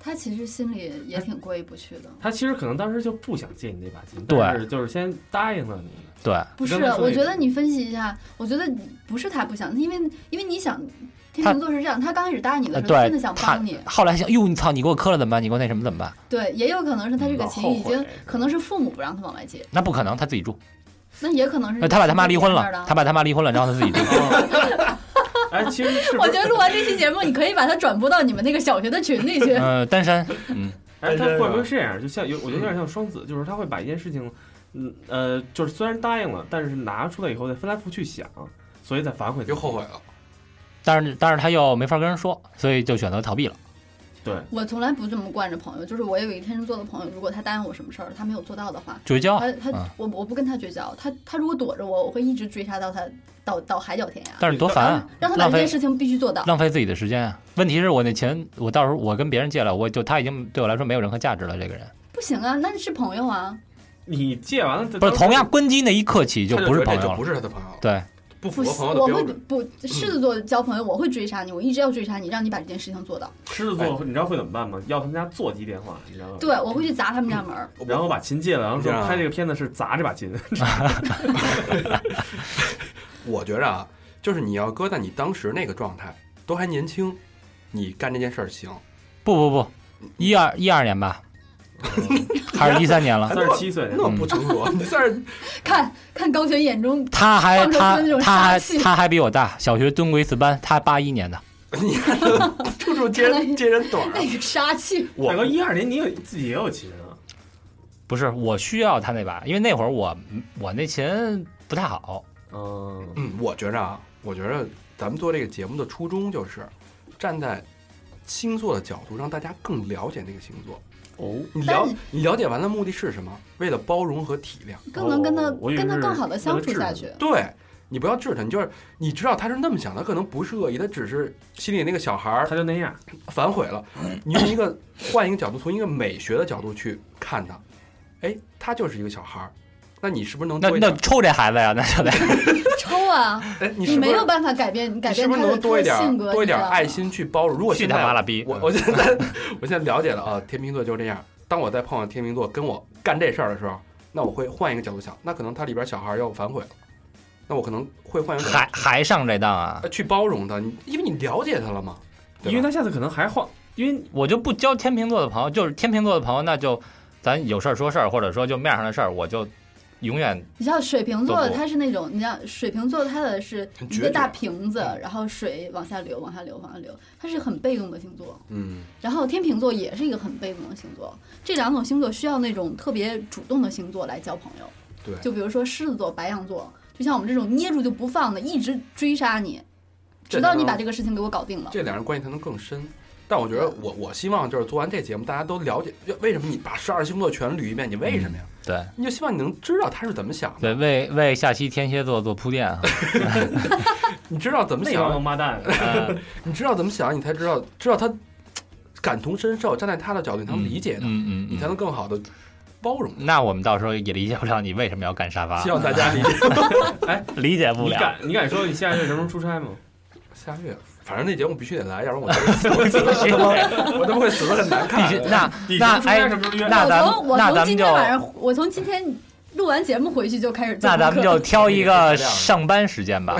Speaker 5: 他其实心里也挺过意不去的。
Speaker 3: 他其实可能当时就不想借你那把琴，
Speaker 4: 对
Speaker 3: 但是就是先答应了你。
Speaker 4: 对，
Speaker 5: 不是，
Speaker 3: 刚才说那
Speaker 5: 我觉
Speaker 3: 个
Speaker 5: 得你分析一下，我觉得不是他不想，因为因为你想，天秤座是这样，他刚开始答应你的
Speaker 4: 呃，
Speaker 5: 时候，
Speaker 4: 对
Speaker 5: 真的想，
Speaker 4: 他
Speaker 5: 帮你，
Speaker 4: 后来想，哟，你操，你给我磕了怎么办？你给我那什么怎么办？
Speaker 5: 对，也有可能是他
Speaker 4: 嗯
Speaker 5: 这个
Speaker 2: 老
Speaker 5: 情
Speaker 2: 后
Speaker 5: 已经
Speaker 2: 悔
Speaker 5: 可能是父母不让他往外借，
Speaker 4: 那不可能，他自己住。
Speaker 5: 那也可能
Speaker 2: 嗯
Speaker 5: 是
Speaker 4: 那他爸他妈离婚
Speaker 5: 这
Speaker 4: 了，
Speaker 5: 样
Speaker 4: 他
Speaker 5: 的
Speaker 4: 爸他妈离婚了，然后他自 己住。
Speaker 3: 哎，其实是不
Speaker 5: 我
Speaker 3: 是
Speaker 5: 觉得录完这期节目，你可以把它转播到你们那个小学的群里去。
Speaker 4: 嗯，单身，嗯，
Speaker 3: 哎，他
Speaker 2: 单身
Speaker 3: 会
Speaker 2: 啊
Speaker 3: 不会是这样？就像有，我觉得有点像双子，就是他会把一件事情嗯呃，就是虽然答应了，但是拿出来以后再翻来覆去想，所以再反悔，
Speaker 2: 又后悔。了。
Speaker 4: 但是但是他又没法跟人说，所以就选择逃避了。
Speaker 3: 对，
Speaker 5: 我从来不这么惯着朋友，就是我有一个天秤座的朋友，如果他答应我什么事儿，他没有做到的话，
Speaker 4: 绝交，
Speaker 2: 哎
Speaker 5: 他他、
Speaker 4: 嗯
Speaker 5: 我我不跟他绝交，他他如果躲着我，我会一直追杀到他到到海角天涯，
Speaker 4: 但是多烦啊！
Speaker 5: 让他把
Speaker 4: 浪
Speaker 5: 这件
Speaker 4: 费
Speaker 5: 事情必须做到。
Speaker 2: 哎
Speaker 4: 浪费自己的时间啊！问题是我那钱，我到时候我跟别人借了，我就他已经对我来说没有任何价值了。这个人
Speaker 5: 不行啊，那是朋友啊，
Speaker 3: 你借完了，
Speaker 4: 不是从压根基那一刻起就
Speaker 2: 他
Speaker 4: 不是
Speaker 2: 觉
Speaker 4: 朋
Speaker 2: 得这就
Speaker 4: 友了
Speaker 2: 不。是他的朋友，
Speaker 4: 对，
Speaker 2: 不符
Speaker 5: 不
Speaker 2: 合朋友
Speaker 5: 我
Speaker 2: 的标
Speaker 5: 会
Speaker 2: 准。
Speaker 5: 不
Speaker 4: 嗯
Speaker 5: 狮子座交朋友，我会追杀你，我一直要追杀你，让你把这件事情做到。
Speaker 2: 嗯
Speaker 3: 狮子座，
Speaker 4: 哎
Speaker 3: 你知道会怎么办吗？要他们家座机电话，你知道吗？
Speaker 5: 对，我会去砸他们家门儿。
Speaker 3: 然后把琴借了，然后说
Speaker 2: 这样啊
Speaker 3: 拍这个片子是砸这把琴，
Speaker 4: 哎
Speaker 2: 我觉着啊，就是你要搁在你当时那个状态，都还年轻，你干这件事儿行。
Speaker 4: 不不不，一二一二年 吧，还是一三年了？
Speaker 3: 三十七岁，
Speaker 2: 那么不成 熟，你在这
Speaker 5: 看看高璇眼中，
Speaker 4: 他还
Speaker 5: 放着
Speaker 4: 他
Speaker 5: 尊重
Speaker 4: 他还
Speaker 5: 杀气
Speaker 4: 他还比我大，小学蹲过一次班，他八一年的。
Speaker 2: 儿你看他处处 揭人揭人短儿。
Speaker 5: 那个杀气，
Speaker 2: 我
Speaker 3: 大哥一二年你有自己也有琴啊？
Speaker 4: 不是，我需要他那把，因为那会儿我我那琴不太好，
Speaker 3: 嗯，
Speaker 2: 嗯，我觉着啊，我觉着咱们做这个节目的初衷就是站在星座的角度，让大家更了解那个星座。
Speaker 3: 哦，
Speaker 2: 你
Speaker 5: 但
Speaker 2: 了你了解完的目的是什么？为了包容和体谅。
Speaker 5: 更能跟他、
Speaker 3: 哦我以为
Speaker 5: 跟他
Speaker 3: 是
Speaker 5: 更好的相
Speaker 3: 为了
Speaker 5: 处
Speaker 3: 制
Speaker 5: 下
Speaker 3: 止
Speaker 5: 去。
Speaker 2: 对你不要治他，你就是你知道他是那么想，他可能不是恶意，他只是心里那个小孩儿
Speaker 3: 他就那样，
Speaker 2: 反悔了。你用一个换一个角度，从一个美学的角度去看他，哎，他就是一个小孩儿，那你是不是能
Speaker 4: 那
Speaker 2: 多一
Speaker 4: 那
Speaker 2: 点？
Speaker 4: 抽这孩子呀，那就得
Speaker 5: 抽啊！
Speaker 2: 哎，你
Speaker 5: 你
Speaker 2: 是不
Speaker 5: 没
Speaker 2: 是
Speaker 5: 有办法改变改
Speaker 2: 你是
Speaker 5: 变
Speaker 2: 不
Speaker 5: 他
Speaker 2: 是
Speaker 5: 的
Speaker 2: 能多一点
Speaker 5: 他的性格，
Speaker 2: 多一点
Speaker 5: 你知道吗
Speaker 2: 爱。心去包容？如果
Speaker 4: 去
Speaker 2: 现
Speaker 4: 他
Speaker 2: 在
Speaker 4: 妈了逼！嗯
Speaker 2: 我我现在我现在了解了啊，天秤座就是这样。当我再碰上天秤座跟我干这事儿的时候，那我会换一个角度想，那可能他里边小孩儿要反悔了，那我可能会换一个角
Speaker 4: 还还上这当啊
Speaker 2: 度？去包容他，你因为你了解他了嘛。对吧
Speaker 3: 因为他下次可能还换，因为
Speaker 4: 我就不交天秤座的朋友，就是天秤座的朋友，那就咱有事儿说事儿，或者说就面上的事儿，我就永远
Speaker 5: 你知道水瓶座
Speaker 4: 都不
Speaker 5: 他是那种，你知道水瓶座他的是
Speaker 2: 很
Speaker 5: 一
Speaker 2: 决绝
Speaker 5: 个
Speaker 2: 嗯
Speaker 5: 大瓶子，然后水往下流，往下流，往下流，他是很被动的星座。
Speaker 2: 嗯，
Speaker 5: 然后天秤座也是一个很被动的星座，这两种星座需要那种特别主动的星座来交朋友。
Speaker 2: 对
Speaker 5: 就比如说狮子座、白羊座，就像我们这种捏住就不放的，一直追杀你，
Speaker 2: 这
Speaker 5: 直到你
Speaker 2: 能
Speaker 5: 把这个事情给我搞定了。
Speaker 2: 这两人关系才能更深。但我觉
Speaker 4: 嗯
Speaker 2: 得我我希望就是做完这节目，大家都了解为什么你把十二星座全捋一遍，你为什么呀？
Speaker 4: 对
Speaker 2: 你就希望你能知道他是怎么想的，
Speaker 4: 对为为下期天蝎座做铺垫啊。
Speaker 2: 你知道怎么
Speaker 3: 那帮
Speaker 2: 想，
Speaker 3: 王八蛋，
Speaker 4: 嗯
Speaker 2: 你知道怎么想，你才知道知道他感同身受，站在 他的角度，你才能理解他，
Speaker 4: 嗯嗯，
Speaker 2: 你才能更好的包容。
Speaker 4: 那我们到时候也理解不了你为什么要干沙发
Speaker 2: 希，望大家理解。
Speaker 4: 理解不
Speaker 3: 你
Speaker 4: 了。
Speaker 3: 敢你敢说你下个月什么时候出 差吗？
Speaker 2: 下个月，反正那节目必须得来，要不然我就我死了，我都会死的很难
Speaker 4: 必
Speaker 2: 看
Speaker 4: 须。 那
Speaker 3: 你
Speaker 4: 那
Speaker 3: 什么时候出
Speaker 4: 哎
Speaker 3: 差什么时候约？
Speaker 4: 那咱
Speaker 5: 我
Speaker 4: 们那
Speaker 5: 从我
Speaker 4: 咱
Speaker 5: 从
Speaker 4: 们
Speaker 5: 今
Speaker 4: 就
Speaker 5: 天晚上，我从今天录完节目回去就开始做
Speaker 4: 那
Speaker 5: 功课。
Speaker 4: 咱们就挑一个
Speaker 2: 这个
Speaker 4: 上班时间吧。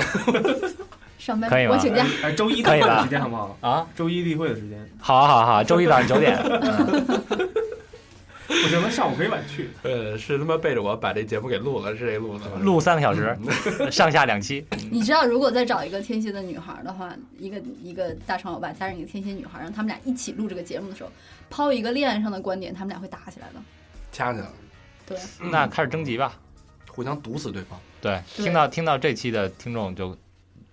Speaker 5: 上班，
Speaker 4: 可以吗
Speaker 5: 我请假。
Speaker 3: 哎，周一例
Speaker 4: 可以
Speaker 3: 会的
Speaker 4: 吧
Speaker 3: 时间好不好？
Speaker 4: 啊，
Speaker 3: 周一例会的时间，
Speaker 4: 好啊好好，周一早上九点。嗯
Speaker 3: 不行，那上午可以晚去。
Speaker 2: 呃，是他妈背着我把这节目给录了，是这录的吗。
Speaker 4: 录三个小时， 上下两期。
Speaker 5: 你知道，如果再找一个天蝎的女孩的话，一个一个大长老爸加上一个天蝎女孩，让他们俩一起录这个节目的时候，抛一个恋爱上的观点，他们俩会打起来的。
Speaker 2: 掐起来了，
Speaker 5: 对，
Speaker 4: 那开始征集吧。
Speaker 2: 互相毒死对方。
Speaker 4: 对，
Speaker 5: 对
Speaker 4: 听到听到这期的听众就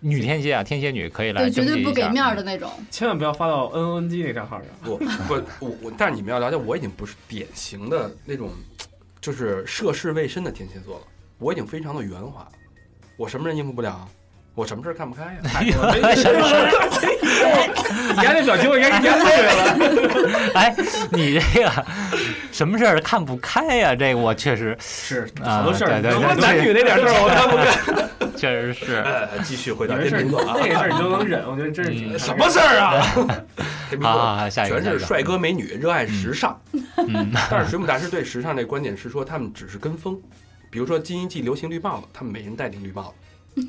Speaker 4: 女天蝎啊，天蝎女可以来
Speaker 5: 对，绝
Speaker 4: 征集
Speaker 5: 对
Speaker 4: 一
Speaker 5: 不给
Speaker 4: 下嗯
Speaker 5: 面儿的。那种。
Speaker 3: 千万不要发到 N N G 那账号上。
Speaker 2: 不不，我我，但是你们要了解，我已经不是典型的那种，就是涉世未深的天蝎座了，我已经非常的圆滑了，我什么人应付不了啊，我什么事儿干不 开呀、
Speaker 4: 哎
Speaker 3: 你家那表情我应该给你累了。
Speaker 4: 哎，你这个什么事儿看不开呀、这个我确实
Speaker 3: 是
Speaker 4: 啊
Speaker 3: 好多事儿，
Speaker 4: 对对
Speaker 3: 你
Speaker 4: 对
Speaker 3: 他妈
Speaker 4: 对
Speaker 3: 男女那点事儿我看不惯。
Speaker 4: 确 实是。
Speaker 2: 呃，继续回答
Speaker 3: 有
Speaker 2: 天
Speaker 3: 事儿
Speaker 2: 秤
Speaker 3: 你
Speaker 2: 座
Speaker 3: 那
Speaker 2: 啊，
Speaker 3: 个事儿你都 能忍，我觉得真是挺
Speaker 2: 什么事儿啊？天秤
Speaker 4: 好
Speaker 2: 座
Speaker 4: 好好，下一个
Speaker 2: 全是帅。哥美女，热爱时尚，
Speaker 4: 下一个嗯，
Speaker 2: 但是水母大师对时尚这观点是说，他们只是跟风。比如说金一季流行绿帽子，他们每人戴顶绿帽子，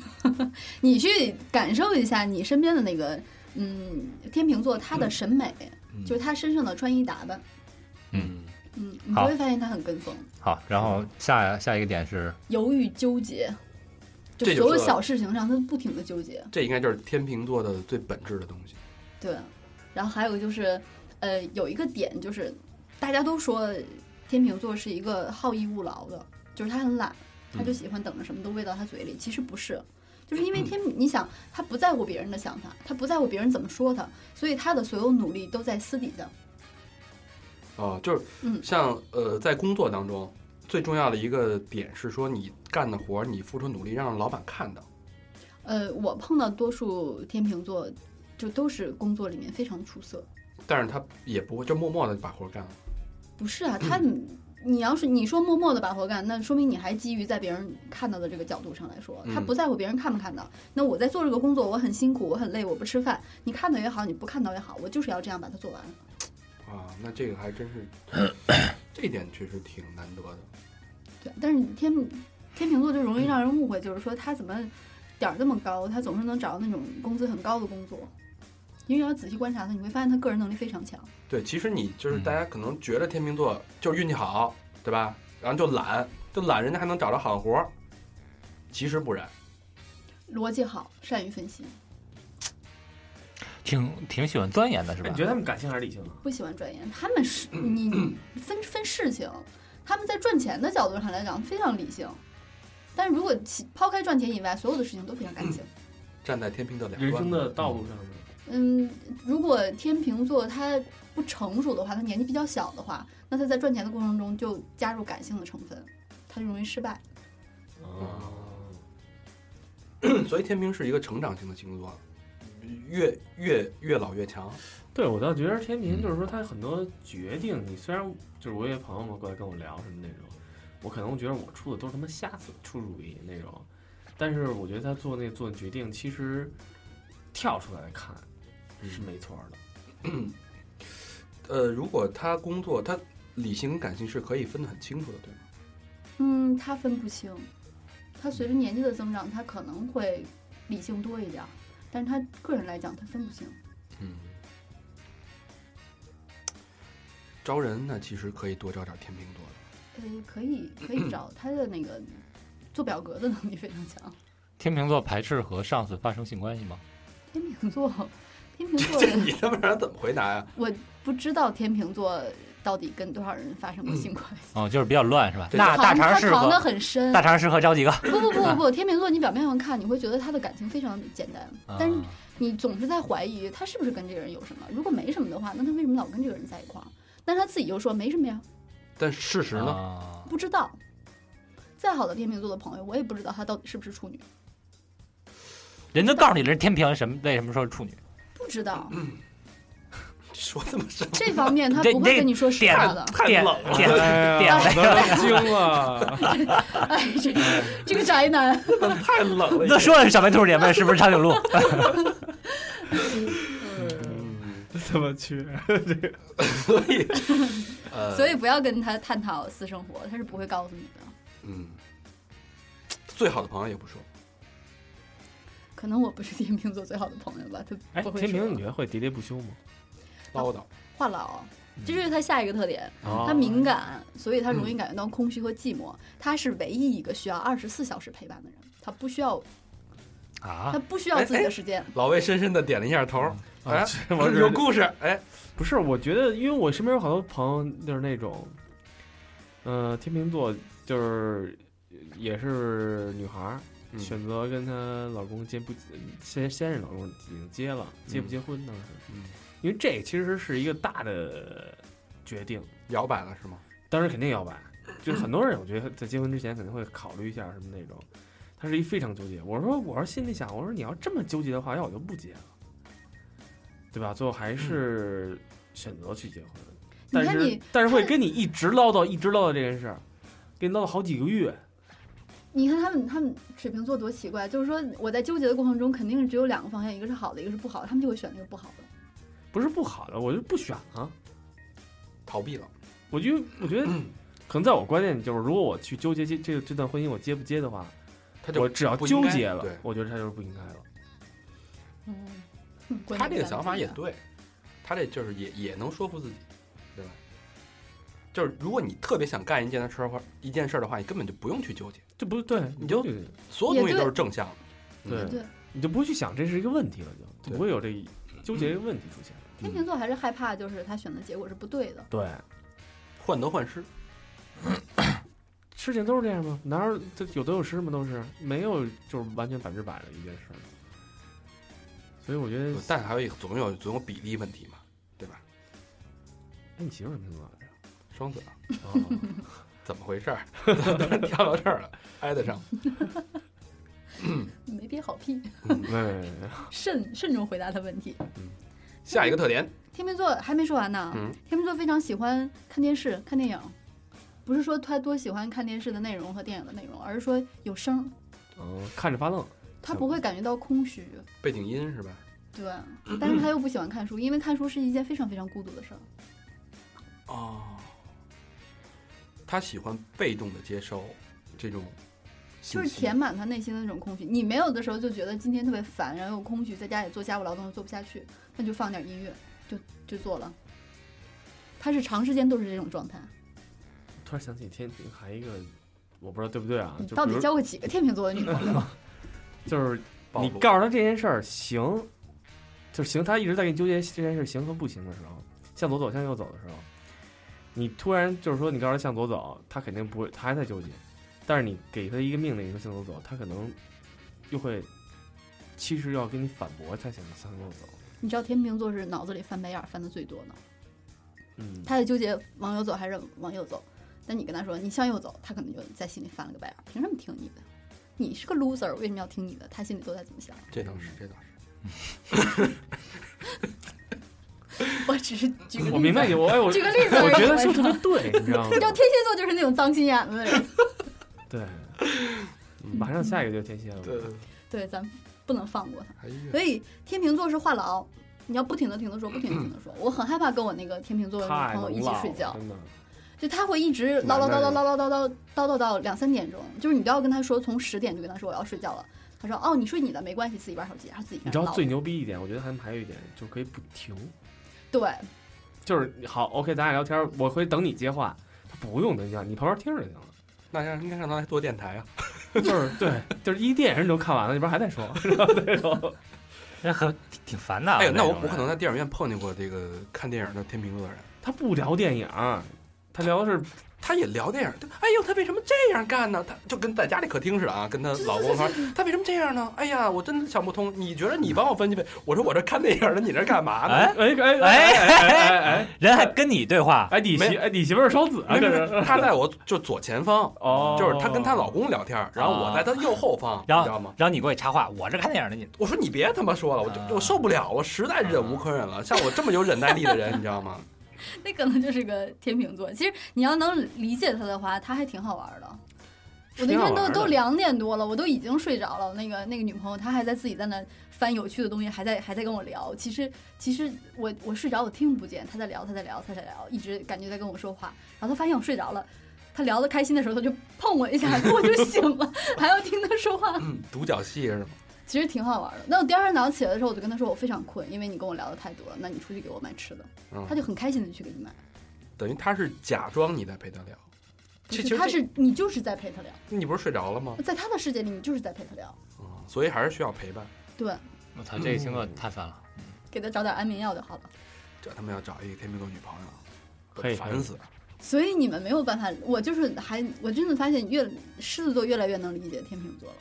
Speaker 5: 你去感受一下你身边的那个，嗯，天秤座他的审美，
Speaker 2: 嗯
Speaker 5: 就是他身上的穿衣打扮，
Speaker 4: 嗯，
Speaker 5: 嗯，你
Speaker 4: 好
Speaker 5: 就会发现他很跟风，
Speaker 4: 好。然后下下一个点是，
Speaker 5: 犹豫纠结，就
Speaker 2: 这就
Speaker 5: 所有
Speaker 2: 是
Speaker 5: 小事情上他不停的纠结，
Speaker 2: 这应该就是天秤座的最本质的东西。
Speaker 5: 对。然后还有就是，呃，有一个点就是，大家都说天秤座是一个好逸恶劳的，就是他很懒，他
Speaker 2: 嗯
Speaker 5: 就喜欢等着什么都喂到他嘴里。其实不是，就是因为天，你想他不在乎别人的想法，他不在乎别人怎么说他，所以他的所有努力都在私底下。
Speaker 2: 哦，就是
Speaker 5: 嗯
Speaker 2: 像呃，在工作当中最重要的一个点是说，你干的活儿，你付出努力，让老板看到。
Speaker 5: 呃，我碰到多数天秤座，就都是工作里面非常出色。
Speaker 2: 但是他也不会就默默的把活儿干了。
Speaker 5: 不是啊，他你你要是你说默默的把活干，那说明你还基于在别人看到的这个角度上来说，他
Speaker 2: 嗯
Speaker 5: 不在乎别人看不看到。那我在做这个工作，我很辛苦，我很累，我不吃饭，你看到也好，你不看到也好，我就是要这样把它做完。
Speaker 2: 啊，那这个还真是，这一点确实挺难得的。
Speaker 5: 对，但是天天秤座就容易让人误会，就是说他怎么点儿这么高，他总是能找到那种工资很高的工作。因为要仔细观察他，你会发现他个人能力非常强。
Speaker 2: 对，其实你就是
Speaker 4: 嗯
Speaker 2: 大家可能觉得天秤座就是运气好，对吧？然后就懒，就懒，人家还能找着好活儿。其实不然，
Speaker 5: 逻辑好，善于分析，
Speaker 4: 挺挺喜欢钻研的是
Speaker 3: 哎
Speaker 4: 吧
Speaker 3: 你？觉得他们感性还是理性啊？
Speaker 5: 不喜欢钻研。他们是你你分分事情，他们在赚钱的角度上来讲非常理性，但是如果其抛开赚钱以外，所有的事情都非常感性。
Speaker 2: 站在天秤的两
Speaker 3: 人
Speaker 2: 端
Speaker 3: 生的道路上呢？
Speaker 5: 嗯，如果天秤座他不成熟的话，他年纪比较小的话，那他在赚钱的过程中就加入感性的成分，他就容易失败。
Speaker 2: 嗯
Speaker 3: 哦，
Speaker 2: 所以天平是一个成长型的星座，越越越老越强。
Speaker 3: 对，我倒觉得
Speaker 2: 嗯
Speaker 3: 天平就是说他很多决定，你虽然就是我有朋友嘛过来跟我聊什么那种，我可能觉得我出的都是他妈瞎子出主意那种，但是我觉得他做那做的决定，其实跳出来看
Speaker 2: 嗯
Speaker 3: 是没错的。
Speaker 2: 呃，如果他工作，他理性跟感性是可以分得很清楚的，对吗？
Speaker 5: 嗯，他分不清，他随着年纪的增长，他可能会理性多一点儿，但是他个人来讲，他分不清。
Speaker 2: 嗯。招人呢，其实可以多招点天秤座的。
Speaker 5: 呃，可以可以找他的那个做表格的能力非常强。
Speaker 4: 天秤座排斥和上司发生性关系吗？
Speaker 5: 天秤座，天秤座
Speaker 2: 这
Speaker 5: 的，
Speaker 2: 你他妈让人怎么回答呀、
Speaker 5: 我不知道天秤座到底跟多少人发生过性关系。
Speaker 4: 哦，就是比较乱是吧？
Speaker 2: 对
Speaker 4: 嗯 那大
Speaker 5: 藏
Speaker 4: 肠
Speaker 5: 他
Speaker 4: 适
Speaker 5: 藏得
Speaker 4: 合
Speaker 5: 很深
Speaker 4: 大。肠适合招几个？
Speaker 5: 不不不不不，天秤座你表面上看，你会觉得他的感情非常简单，但是
Speaker 4: 啊
Speaker 5: 你总是在怀疑他是不是跟这个人有什么。如果没什么的话，那他为什么老跟这个人在一块儿？但是他自己又说没什么呀，
Speaker 2: 但事实呢？
Speaker 4: 啊
Speaker 5: 不知道。再好的天秤座的朋友，我也不知道他到底是不是处女，
Speaker 4: 人都告诉你了，天平什么为什么说是处女？
Speaker 5: 不知道
Speaker 2: 说这么深，
Speaker 5: 这方面
Speaker 4: 嗯
Speaker 5: 他
Speaker 4: 这
Speaker 5: 不
Speaker 4: 你
Speaker 5: 会
Speaker 4: 这
Speaker 5: 跟你说实
Speaker 4: 点
Speaker 5: 话的。
Speaker 4: 太冷了， 点
Speaker 2: 哎
Speaker 4: 点了
Speaker 3: 惊 了，
Speaker 5: 哎，这个这个宅 男，
Speaker 2: 太冷
Speaker 4: 那说的是小白兔姐妹是不是长颈鹿？
Speaker 2: 嗯
Speaker 3: 这么缺？
Speaker 2: 所以，呃，
Speaker 5: 所以不要跟他探讨私生活，他是不会告诉你的。
Speaker 2: 嗯，最好的朋友也不说，
Speaker 5: 可能我不是天秤座最好的朋友吧，他
Speaker 3: 哎，
Speaker 5: 不会
Speaker 3: 天
Speaker 5: 说
Speaker 3: 平你觉得会喋喋不休吗？
Speaker 2: 唠叨。
Speaker 5: 话痨，这就是他下一个特点，
Speaker 3: 啊
Speaker 2: 哦
Speaker 5: 他敏感，所以他容易感觉到空虚和寂寞。他是唯一一个需要二十四小时陪伴的人，他不需要，
Speaker 4: 啊
Speaker 5: 他，不需要自己的时间。
Speaker 2: 老魏深深的点了一下头，哎，
Speaker 3: 啊 我
Speaker 2: 有故事，哎，
Speaker 3: 不是，我觉得，因为我身边有好多朋友就是那种，呃，天秤座就是也是女孩儿，
Speaker 2: 嗯
Speaker 3: 选择跟她老公结不先先是老公已经结了，结不
Speaker 2: 嗯
Speaker 3: 结婚当时，
Speaker 2: 嗯
Speaker 3: 因为这其实是一个大的决定，
Speaker 2: 摇摆了是吗？
Speaker 3: 当然肯定要摆，
Speaker 5: 嗯
Speaker 3: 就是很多人我觉得在结婚之前肯定会考虑一下什么那种，他是一非常纠结。我说我是心里想，我说你要这么纠结的话，要我就不结了，对吧？最后还是选择去结婚，
Speaker 5: 嗯你
Speaker 2: 哎
Speaker 3: 但
Speaker 5: 看
Speaker 3: 是
Speaker 5: 你，
Speaker 3: 但是会
Speaker 5: 看
Speaker 3: 跟你一直唠叨，一直唠叨这件事儿，跟你唠叨好几个月。
Speaker 5: 你看他们，他们水瓶座多奇怪，就是说我在纠结的过程中，肯定是只有两个方向，一个是好的，一个是不好的，他们就会选那个不好的。
Speaker 3: 不是不好的，我就不选了。
Speaker 2: 逃避了，
Speaker 3: 我就我觉得，
Speaker 5: 嗯
Speaker 3: 可能在我观念里就是，如果我去纠结这这这段婚姻我结不结的话，
Speaker 2: 他就
Speaker 3: 我只要
Speaker 2: 不应
Speaker 3: 纠
Speaker 2: 该
Speaker 3: 结了
Speaker 2: 对，
Speaker 3: 我觉得他就是不应该了。
Speaker 5: 嗯，嗯观
Speaker 2: 他
Speaker 5: 点
Speaker 2: 这个
Speaker 5: 跟咱
Speaker 2: 想
Speaker 5: 们
Speaker 2: 法
Speaker 5: 不一
Speaker 2: 也
Speaker 5: 样
Speaker 2: 对，他这就是也也能说服自己，对吧？就是如果你特别想干一件事儿或一件事儿的话，你根本就不用去纠结，
Speaker 3: 这不对，
Speaker 2: 你就
Speaker 3: 对
Speaker 2: 所有东西都是正向的。
Speaker 3: 对
Speaker 2: 嗯
Speaker 5: 对。
Speaker 3: 你就不会去想这是一个问题了，就
Speaker 2: 对
Speaker 3: 就不会有这一纠结这个问题出现了。
Speaker 5: 天秤座还是害怕，就是他选的结果是不对的。
Speaker 3: 对，
Speaker 2: 患得患失，
Speaker 3: 事情都是这样吗？哪有这有得有失吗？都是没有，就是完全百分之百的一件事儿。所以我觉得，
Speaker 2: 但还有一个总有总有比例问题嘛，对吧？
Speaker 3: 哎，你媳妇儿什么星座来着？
Speaker 2: 双子啊
Speaker 3: 哦，
Speaker 2: 怎么回事儿？ 怎么跳到这儿了？挨得上？
Speaker 5: 没憋好屁，
Speaker 3: 没没没没，
Speaker 5: 慎慎重回答他问题。
Speaker 2: 下一个特点，
Speaker 5: 天秤座还没说完呢，
Speaker 2: 嗯
Speaker 5: 天秤座非常喜欢看电视、看电影，不是说他多喜欢看电视的内容和电影的内容，而是说有声儿，
Speaker 3: 嗯，看着发愣。
Speaker 5: 他不会感觉到空虚。
Speaker 2: 背景音是吧？
Speaker 5: 对，但是他又不喜欢看
Speaker 3: 嗯
Speaker 5: 书，因为看书是一件非常非常孤独的事儿。
Speaker 2: 哦，他喜欢被动的接收这种信息，
Speaker 5: 就是填满他内心的那种空虚。你没有的时候就觉得今天特别烦，然后又空虚，在家里做家务劳动又做不下去，那就放点音乐，就就做了。他是长时间都是这种状态。
Speaker 3: 啊突然想起天平还一个，我不知道对不对啊？
Speaker 5: 你
Speaker 3: 就
Speaker 5: 嗯到
Speaker 3: 比
Speaker 5: 底
Speaker 3: 如
Speaker 5: 交过几个天秤座的女朋友？
Speaker 3: 就是
Speaker 2: 暴
Speaker 3: 你
Speaker 2: 露
Speaker 3: 告诉他这件事儿行，就是行，他一直在给你纠结这件事行和不行的时候，向左走向右走的时候，你突然就是说你告诉他向左走，他肯定不会，他还在纠结。但是你给他一个命令，你说向左走，他可能又会，其实要跟你反驳，他想向右走。
Speaker 5: 你知道天秤座是脑子里翻白眼儿翻的最多的，
Speaker 3: 嗯，
Speaker 5: 他在纠结往右走还是往右走。但你跟他说你向右走，他可能就在心里翻了个白眼儿，凭什么听你的？你是个 loser，为什么要听你的？他心里都在怎么想？
Speaker 2: 这倒是，这倒是。
Speaker 5: 我只是举个例
Speaker 3: 我明
Speaker 5: 子
Speaker 3: 白你，，我我
Speaker 5: 举个例子而
Speaker 3: 我
Speaker 5: 已。
Speaker 3: 觉得说
Speaker 5: 你
Speaker 3: 得
Speaker 5: 知
Speaker 3: 特别对，你知 道吗？
Speaker 5: 道天蝎座就是那种脏心眼子的人。
Speaker 3: 对，
Speaker 4: 嗯
Speaker 3: 马
Speaker 5: 嗯
Speaker 3: 上下一个就是天蝎了。
Speaker 2: 对，
Speaker 5: 对，咱不能放过他。
Speaker 2: 还有
Speaker 5: 所以天秤座是话痨，你要不停的听他说，不停的听他说。我很害怕跟我那个天秤座的
Speaker 3: 太
Speaker 5: 女朋
Speaker 3: 能
Speaker 5: 友一起
Speaker 3: 唠
Speaker 5: 睡
Speaker 3: 了
Speaker 5: 觉，
Speaker 3: 真的。
Speaker 5: 就他会一直唠唠叨叨叨叨叨叨叨叨到两三点钟，就是你不要跟他说从十点就跟他说我要睡觉了，他说哦你睡你的没关系，自己玩手机，然后自己
Speaker 3: 你
Speaker 5: 跟
Speaker 3: 知
Speaker 5: 他
Speaker 3: 道
Speaker 5: 唠。
Speaker 3: 最牛逼一点，我觉得还还有一点，就可以不停。
Speaker 5: 对，
Speaker 3: 就是好，OK，咱俩聊天儿，我会等你接话，他不用等你讲，你旁边听着就行 了。
Speaker 2: 那让应该让他来做电台啊，
Speaker 3: 就是对，就是一电影你都看完了，那边还 在说，那种
Speaker 4: 那很挺挺烦的。
Speaker 2: 哎呦，那我
Speaker 4: 啊种
Speaker 2: 我可
Speaker 4: 人
Speaker 2: 能在电影院碰见过这个看电影的天秤座的人，
Speaker 3: 他不聊电影，他聊的是
Speaker 2: 他也聊电影，他哎呦，他为什么这样干呢？他就跟在家里客厅似的啊，跟他老公说，他为什么这样呢？哎呀，我真的想不通。你觉得你帮我分析呗？我说我这看电影呢，你这干嘛呢？
Speaker 4: 哎
Speaker 3: 哎哎
Speaker 4: 哎
Speaker 3: 哎哎哎
Speaker 4: 人还跟你对话，
Speaker 3: 哎，你媳哎你媳妇儿双子啊，
Speaker 2: 没
Speaker 3: 这
Speaker 2: 没
Speaker 3: 是
Speaker 2: 没，她在我就左前方，
Speaker 3: 哦，
Speaker 2: 就是她跟她老公聊天，然后我在她右后方，你
Speaker 4: 哦然
Speaker 2: 知道吗
Speaker 4: 后？然后你给我插话，我这看电影呢，你
Speaker 2: 我说你别他妈说了，我
Speaker 4: 啊
Speaker 2: 就我受不了，我实在忍
Speaker 5: 啊
Speaker 2: 无可忍了。像我这么有忍耐力的人，你知道吗？
Speaker 5: 那可能就是个天秤座。其实你要能理解他的话，他还挺好玩的。我那
Speaker 3: 挺好
Speaker 5: 天都
Speaker 3: 玩
Speaker 5: 都
Speaker 3: 的
Speaker 5: 两点多了，我都已经睡着了。那个那个女朋友，她还在自己在那翻有趣的东西，还在还在跟我聊。其实其实我我睡着，我听不见她在聊，她在聊，她在聊，一直感觉在跟我说话。然后她发现我睡着了，她聊得开心的时候，她就碰我一下，我就醒了， 还要听她说话，
Speaker 2: 嗯，独角戏是吗？
Speaker 5: 其实挺好玩的。那我第二天早上起来的时候，我就跟她说我非常困，因为你跟我聊的太多了，那你出去给我买吃的。
Speaker 2: 嗯
Speaker 5: 她就很开心的去给你买，
Speaker 2: 等于她是假装你在陪她聊，其
Speaker 5: 就
Speaker 2: 其
Speaker 5: 是
Speaker 2: 实
Speaker 5: 她
Speaker 2: 这
Speaker 5: 是你就是在陪她聊。
Speaker 2: 你不是睡着了吗？
Speaker 5: 在他的世界里，你就是在陪他聊，
Speaker 2: 嗯所以还是需要陪伴。
Speaker 5: 对，
Speaker 4: 我操，这个星座太烦了。
Speaker 5: 给他找点安眠药就好了。
Speaker 2: 这他妈要找一个天秤座女朋友，
Speaker 3: 嘿
Speaker 2: 烦死了。
Speaker 5: 所以你们没有办法，我就是还我真的发现越狮子座越来越能理解天秤座了，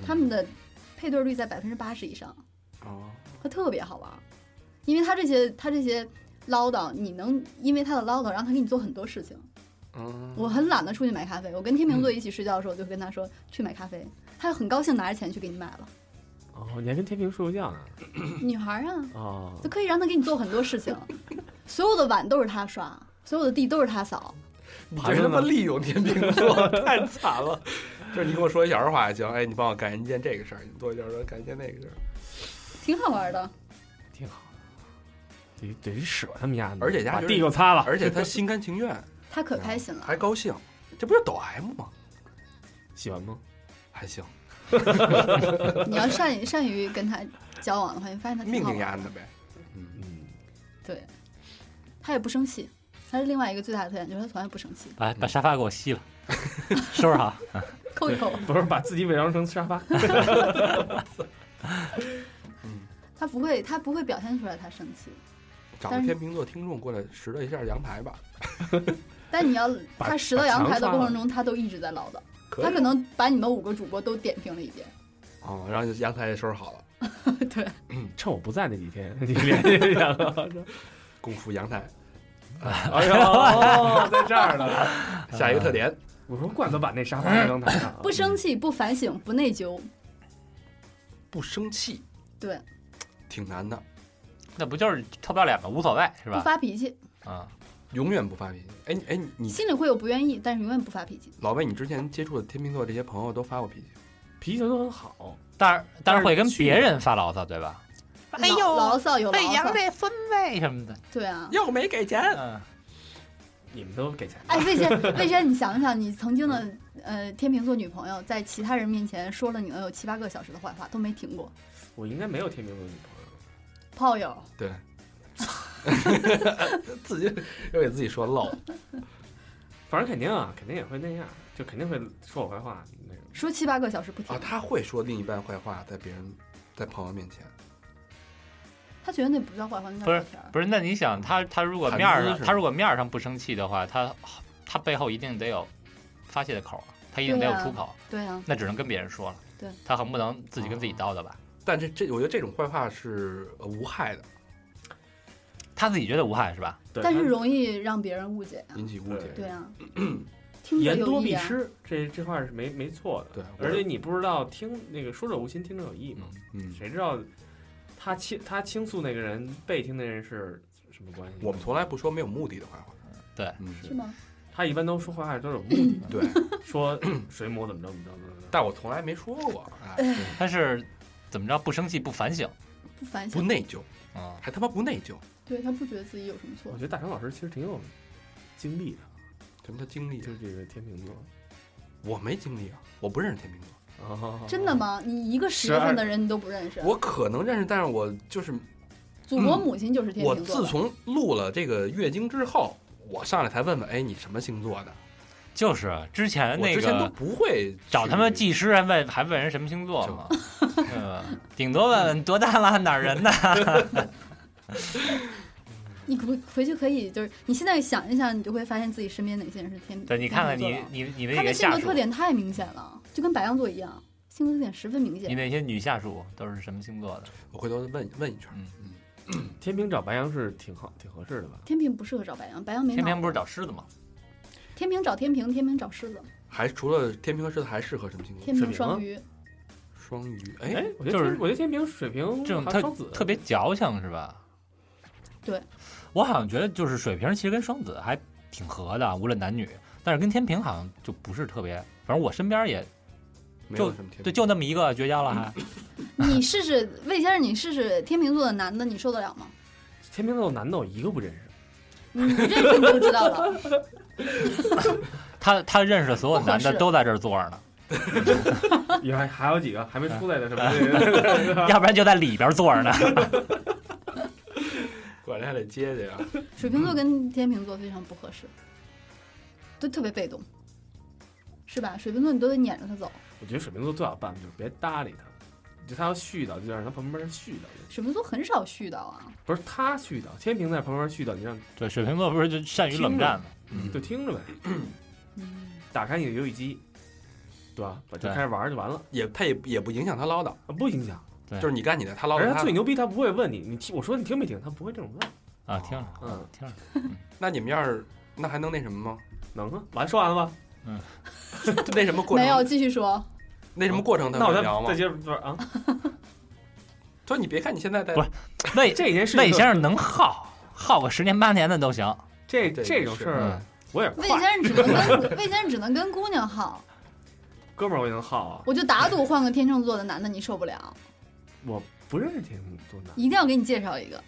Speaker 2: 嗯
Speaker 5: 他们的配对率在百分之八十以上，
Speaker 2: 哦，
Speaker 5: 他特别好玩儿，因为他这些他这些唠叨，你能因为他的唠叨让他给你做很多事情。
Speaker 2: 嗯，
Speaker 5: 我很懒得出去买咖啡，我跟天秤座一起睡觉的时候，我就跟他说去买咖啡，他很高兴拿着钱去给你买
Speaker 2: 嗯
Speaker 5: 了。
Speaker 3: 哦，你还跟天平睡过觉呢？
Speaker 5: 女孩儿啊，
Speaker 3: 哦
Speaker 5: 就，可以让他给你做很多事情， 所有的碗都是他刷，所有的地都是他扫。
Speaker 2: 你这他妈利用天秤座， 太惨了。就是你跟我说一小时话也行，哎，你帮我干一件这个事儿，你做一件儿干一件那个事儿，
Speaker 5: 挺好玩的。
Speaker 3: 挺好的，得得使唤他们家的，
Speaker 2: 而且家
Speaker 3: 把
Speaker 2: 就是
Speaker 3: 地给我擦了，
Speaker 2: 而且他心甘情愿，
Speaker 5: 他可开心了
Speaker 2: 还，高兴，这不就抖 M 吗？
Speaker 3: 喜欢吗？
Speaker 2: 还行，
Speaker 5: 你要善于善于跟他交往的话，你发现他挺
Speaker 2: 命
Speaker 5: 好
Speaker 2: 定
Speaker 5: 玩
Speaker 2: 安
Speaker 5: 的。
Speaker 2: 的呗。嗯，
Speaker 3: 嗯，
Speaker 5: 对，他也不生气，他是另外一个最大的特点，就是他从来不生气，
Speaker 4: 把把沙发给我 吸了，收拾好。
Speaker 5: 扣一扣。
Speaker 3: 不是把自己伪装成沙发，
Speaker 5: 他不会，他不会表现出来他生气。
Speaker 2: 找
Speaker 5: 但
Speaker 2: 个
Speaker 5: 是
Speaker 2: 天秤座听众过来拾掇一下阳台吧。
Speaker 5: 但你要
Speaker 2: 把
Speaker 5: 他拾到阳台的过程中，他都一直在唠叨，
Speaker 2: 可
Speaker 5: 他
Speaker 2: 以
Speaker 5: 可能把你们五个主播都点评了一遍。
Speaker 2: 哦，然后就阳台也收拾好了，
Speaker 5: 对，
Speaker 3: 趁我不在那几天，你联系一下 了。
Speaker 2: 共赴阳台。
Speaker 3: 哎呦，哦在这儿呢。
Speaker 2: 下一个特点，
Speaker 3: 我说怪不得把那沙发放阳台上啊，
Speaker 5: 不生气，不反省，不内疚。
Speaker 2: 不生气，
Speaker 5: 对，
Speaker 2: 挺难的，
Speaker 4: 那不就是臭不要脸吗？无所谓是
Speaker 5: 不
Speaker 4: 吧？
Speaker 5: 发脾气，
Speaker 4: 啊，
Speaker 2: 永远不发脾气。哎你哎你你
Speaker 5: 心里会有不愿意，但是永远不发脾气。
Speaker 2: 老魏，你之前接触的天秤座这些朋友都发过脾气，
Speaker 3: 脾气都很好。
Speaker 4: 但是但是会跟
Speaker 3: 但是去
Speaker 4: 别人发牢骚对吧？哎呦
Speaker 5: 牢牢骚有牢骚，
Speaker 4: 这孙辈什么的，
Speaker 5: 对啊。
Speaker 2: 又没给钱，
Speaker 4: 嗯，
Speaker 3: 你们都给钱，
Speaker 5: 哎，魏先，魏先，你想想，你曾经的呃天秤座女朋友，在其他人面前说了你能有七八个小时的坏话，都没停过。
Speaker 3: 我应该没有天秤座女朋友。
Speaker 5: 炮友，
Speaker 2: 对，自己又给自己说漏了。
Speaker 3: 反正肯定啊，肯定也会那样，就肯定会说我坏话那种。
Speaker 5: 说七八个小时不停，
Speaker 2: 啊，他会说另一半坏话，在别人在朋友面前，
Speaker 5: 他觉得那不叫坏话，那叫聊天儿。
Speaker 4: 不是，那你想他他如果
Speaker 2: 谈
Speaker 4: 面儿
Speaker 2: 资
Speaker 4: 上
Speaker 2: 是
Speaker 4: 他
Speaker 2: 吧
Speaker 4: 如果面儿上不生气的话，他他背后一定得有发泄的口儿，他一定得
Speaker 5: 对
Speaker 4: 有
Speaker 5: 啊
Speaker 4: 出口，
Speaker 5: 对啊，
Speaker 4: 那只能跟别人说了。
Speaker 5: 对，
Speaker 4: 他很不能自己跟自己叨叨吧？
Speaker 2: 但这这我觉得这种坏话是呃无害的，
Speaker 4: 他自己觉得无害是吧？
Speaker 3: 对
Speaker 5: 但是
Speaker 3: 他
Speaker 5: 容易让别人误解啊。
Speaker 2: 引起误解。
Speaker 5: 对啊，听者
Speaker 3: 言
Speaker 5: 有
Speaker 3: 多
Speaker 5: 意
Speaker 3: 必
Speaker 5: 啊。
Speaker 3: 失，这这话是没没错的。
Speaker 2: 对
Speaker 3: 而且你不知道听那个说者无心，听者有意嘛，
Speaker 2: 嗯，
Speaker 3: 谁知道他倾他倾诉那个人，被听的人是什么关系？
Speaker 2: 我们从来不说没有目的的坏话。
Speaker 4: 对
Speaker 2: 嗯，
Speaker 5: 是吗？
Speaker 3: 他一般都说坏话都有目的，
Speaker 2: 对，
Speaker 3: 说 水母怎么着怎么着怎么着。
Speaker 2: 但我从来没说过，哎
Speaker 4: 他是怎么着？不生气，不反省，
Speaker 5: 不反
Speaker 2: 不
Speaker 5: 省，
Speaker 2: 内疚，
Speaker 4: 嗯，
Speaker 2: 还他妈不内疚，
Speaker 5: 对他不觉得自己有什么错
Speaker 3: 我觉。得大成老师其实挺有经历的，
Speaker 2: 什么叫经历
Speaker 3: 就？是这个天秤座。
Speaker 2: 我没经历啊，我不认识天秤座。
Speaker 3: 哦
Speaker 5: 真的？吗？你一个十月份的人你都不认识？
Speaker 2: 我可能认识，但是我就是
Speaker 5: 祖国母亲就是天
Speaker 2: 我
Speaker 5: 秤座
Speaker 2: 自
Speaker 5: 的，
Speaker 2: 从录了这个月经之后，我上来才问问，哎，你什么星座的？
Speaker 4: 就是之前哎那
Speaker 2: 我之前都
Speaker 4: 个
Speaker 2: 不会去
Speaker 4: 找他们技师还问还问人什么星座嘛， 嗯，顶多问问多大了，哪儿人的，
Speaker 5: 你可回去可以就是你现在想一想，你就会发现自己身边哪些人是天。
Speaker 4: 对，你看看
Speaker 5: 天
Speaker 4: 你
Speaker 5: 秤座
Speaker 4: 你你的
Speaker 5: 的啊
Speaker 4: 几个
Speaker 5: 他们性
Speaker 4: 下
Speaker 5: 格
Speaker 4: 属
Speaker 5: 特，点太明显了，就跟白羊座一样，性格特点十分明
Speaker 4: 你
Speaker 5: 显。
Speaker 4: 那些女下属都是什么星座的？
Speaker 2: 我回头问问一圈。
Speaker 4: 嗯
Speaker 2: 嗯，
Speaker 3: 天平找白羊是挺好，挺合适的吧？
Speaker 5: 天平不适合找白羊，白羊没
Speaker 4: 天
Speaker 5: 脑
Speaker 4: 平
Speaker 5: 子。
Speaker 4: 不是找狮子吗？
Speaker 5: 天平找天平，天平找狮子，
Speaker 2: 还除了天平和狮子，还适合什么星座？
Speaker 5: 天平
Speaker 3: 水瓶
Speaker 5: 双
Speaker 3: 吗
Speaker 5: 鱼。
Speaker 2: 双鱼。
Speaker 3: 哎
Speaker 2: 哎，，
Speaker 3: 我觉
Speaker 4: 就
Speaker 3: 得
Speaker 4: 是
Speaker 3: 天我觉得天平、水瓶
Speaker 4: 这种
Speaker 3: 还有双子
Speaker 4: 特别矫情是吧？
Speaker 5: 对，
Speaker 4: 我好像觉得就是水瓶其实跟双子还挺合的，无论男女，但是跟天平好像就不是特别，反正我身边也
Speaker 2: 没有什么天
Speaker 4: 就
Speaker 2: 平。
Speaker 4: 就那么一个绝交了 还，
Speaker 5: 你试试魏先生，你试试天秤座的男的，你受得了吗？
Speaker 3: 天秤座男的我一个不认识，
Speaker 5: 你你认识你就知道了。
Speaker 4: 他他认识的所有男
Speaker 5: 不合
Speaker 4: 的
Speaker 5: 适
Speaker 4: 都在这儿坐着呢，
Speaker 3: 也还还有几个还没出来的什么 的
Speaker 4: 要不然就在里边坐着呢。
Speaker 2: 过两天得接接啊。
Speaker 5: 水瓶座跟天秤座非常不合适，都特别被动，是吧？水瓶座你都得撵着他走，
Speaker 3: 我觉得水瓶座最好办的就是别搭理他，就他要絮叨，就让他旁边絮叨。
Speaker 5: 水瓶座很少絮叨啊。
Speaker 3: 不是他絮叨，天平在旁边絮叨，你让
Speaker 4: 对，水瓶座不是就善于冷战吗？
Speaker 2: 嗯
Speaker 3: 就听着呗，
Speaker 5: 嗯，
Speaker 3: 打开你的游戏机，对吧？把就
Speaker 4: 对
Speaker 3: 开始玩就完了，
Speaker 2: 也他也也不影响他唠叨，
Speaker 3: 啊不影响。
Speaker 4: 对
Speaker 2: 就是你干你的，他唠
Speaker 3: 而
Speaker 2: 叨
Speaker 4: 哎
Speaker 3: 且他
Speaker 2: 他
Speaker 3: 最
Speaker 2: 的。
Speaker 3: 牛逼，他不会问你，你听我说你听没听？他不会这种问。
Speaker 4: 啊，听着，
Speaker 3: 嗯，
Speaker 4: 听着，
Speaker 2: 那你们要是那还能那什么吗？
Speaker 3: 能啊，完说完了吧？
Speaker 2: 就那什么过
Speaker 5: 没有，
Speaker 2: 程？
Speaker 5: 继续说。
Speaker 2: 那什么过程他
Speaker 3: 那我
Speaker 2: 能
Speaker 3: 再
Speaker 2: 聊吗
Speaker 3: 再？接着说啊，
Speaker 2: 所以你别看你现在在
Speaker 4: 不是魏
Speaker 3: 这件事
Speaker 4: 魏
Speaker 3: 情
Speaker 4: 先生能耗耗个十年八年的都行，
Speaker 3: 这
Speaker 2: 这
Speaker 3: 这种
Speaker 2: 是
Speaker 3: 事儿
Speaker 4: 嗯
Speaker 3: 我也
Speaker 5: 魏
Speaker 3: 快，
Speaker 5: 先生只能跟魏先生只能跟姑娘好，
Speaker 3: 哥们儿我也能耗啊，
Speaker 5: 我就打赌换个天秤座的男的你受不了，
Speaker 3: 我不认识天平座男，
Speaker 5: 一定要给你介绍一个。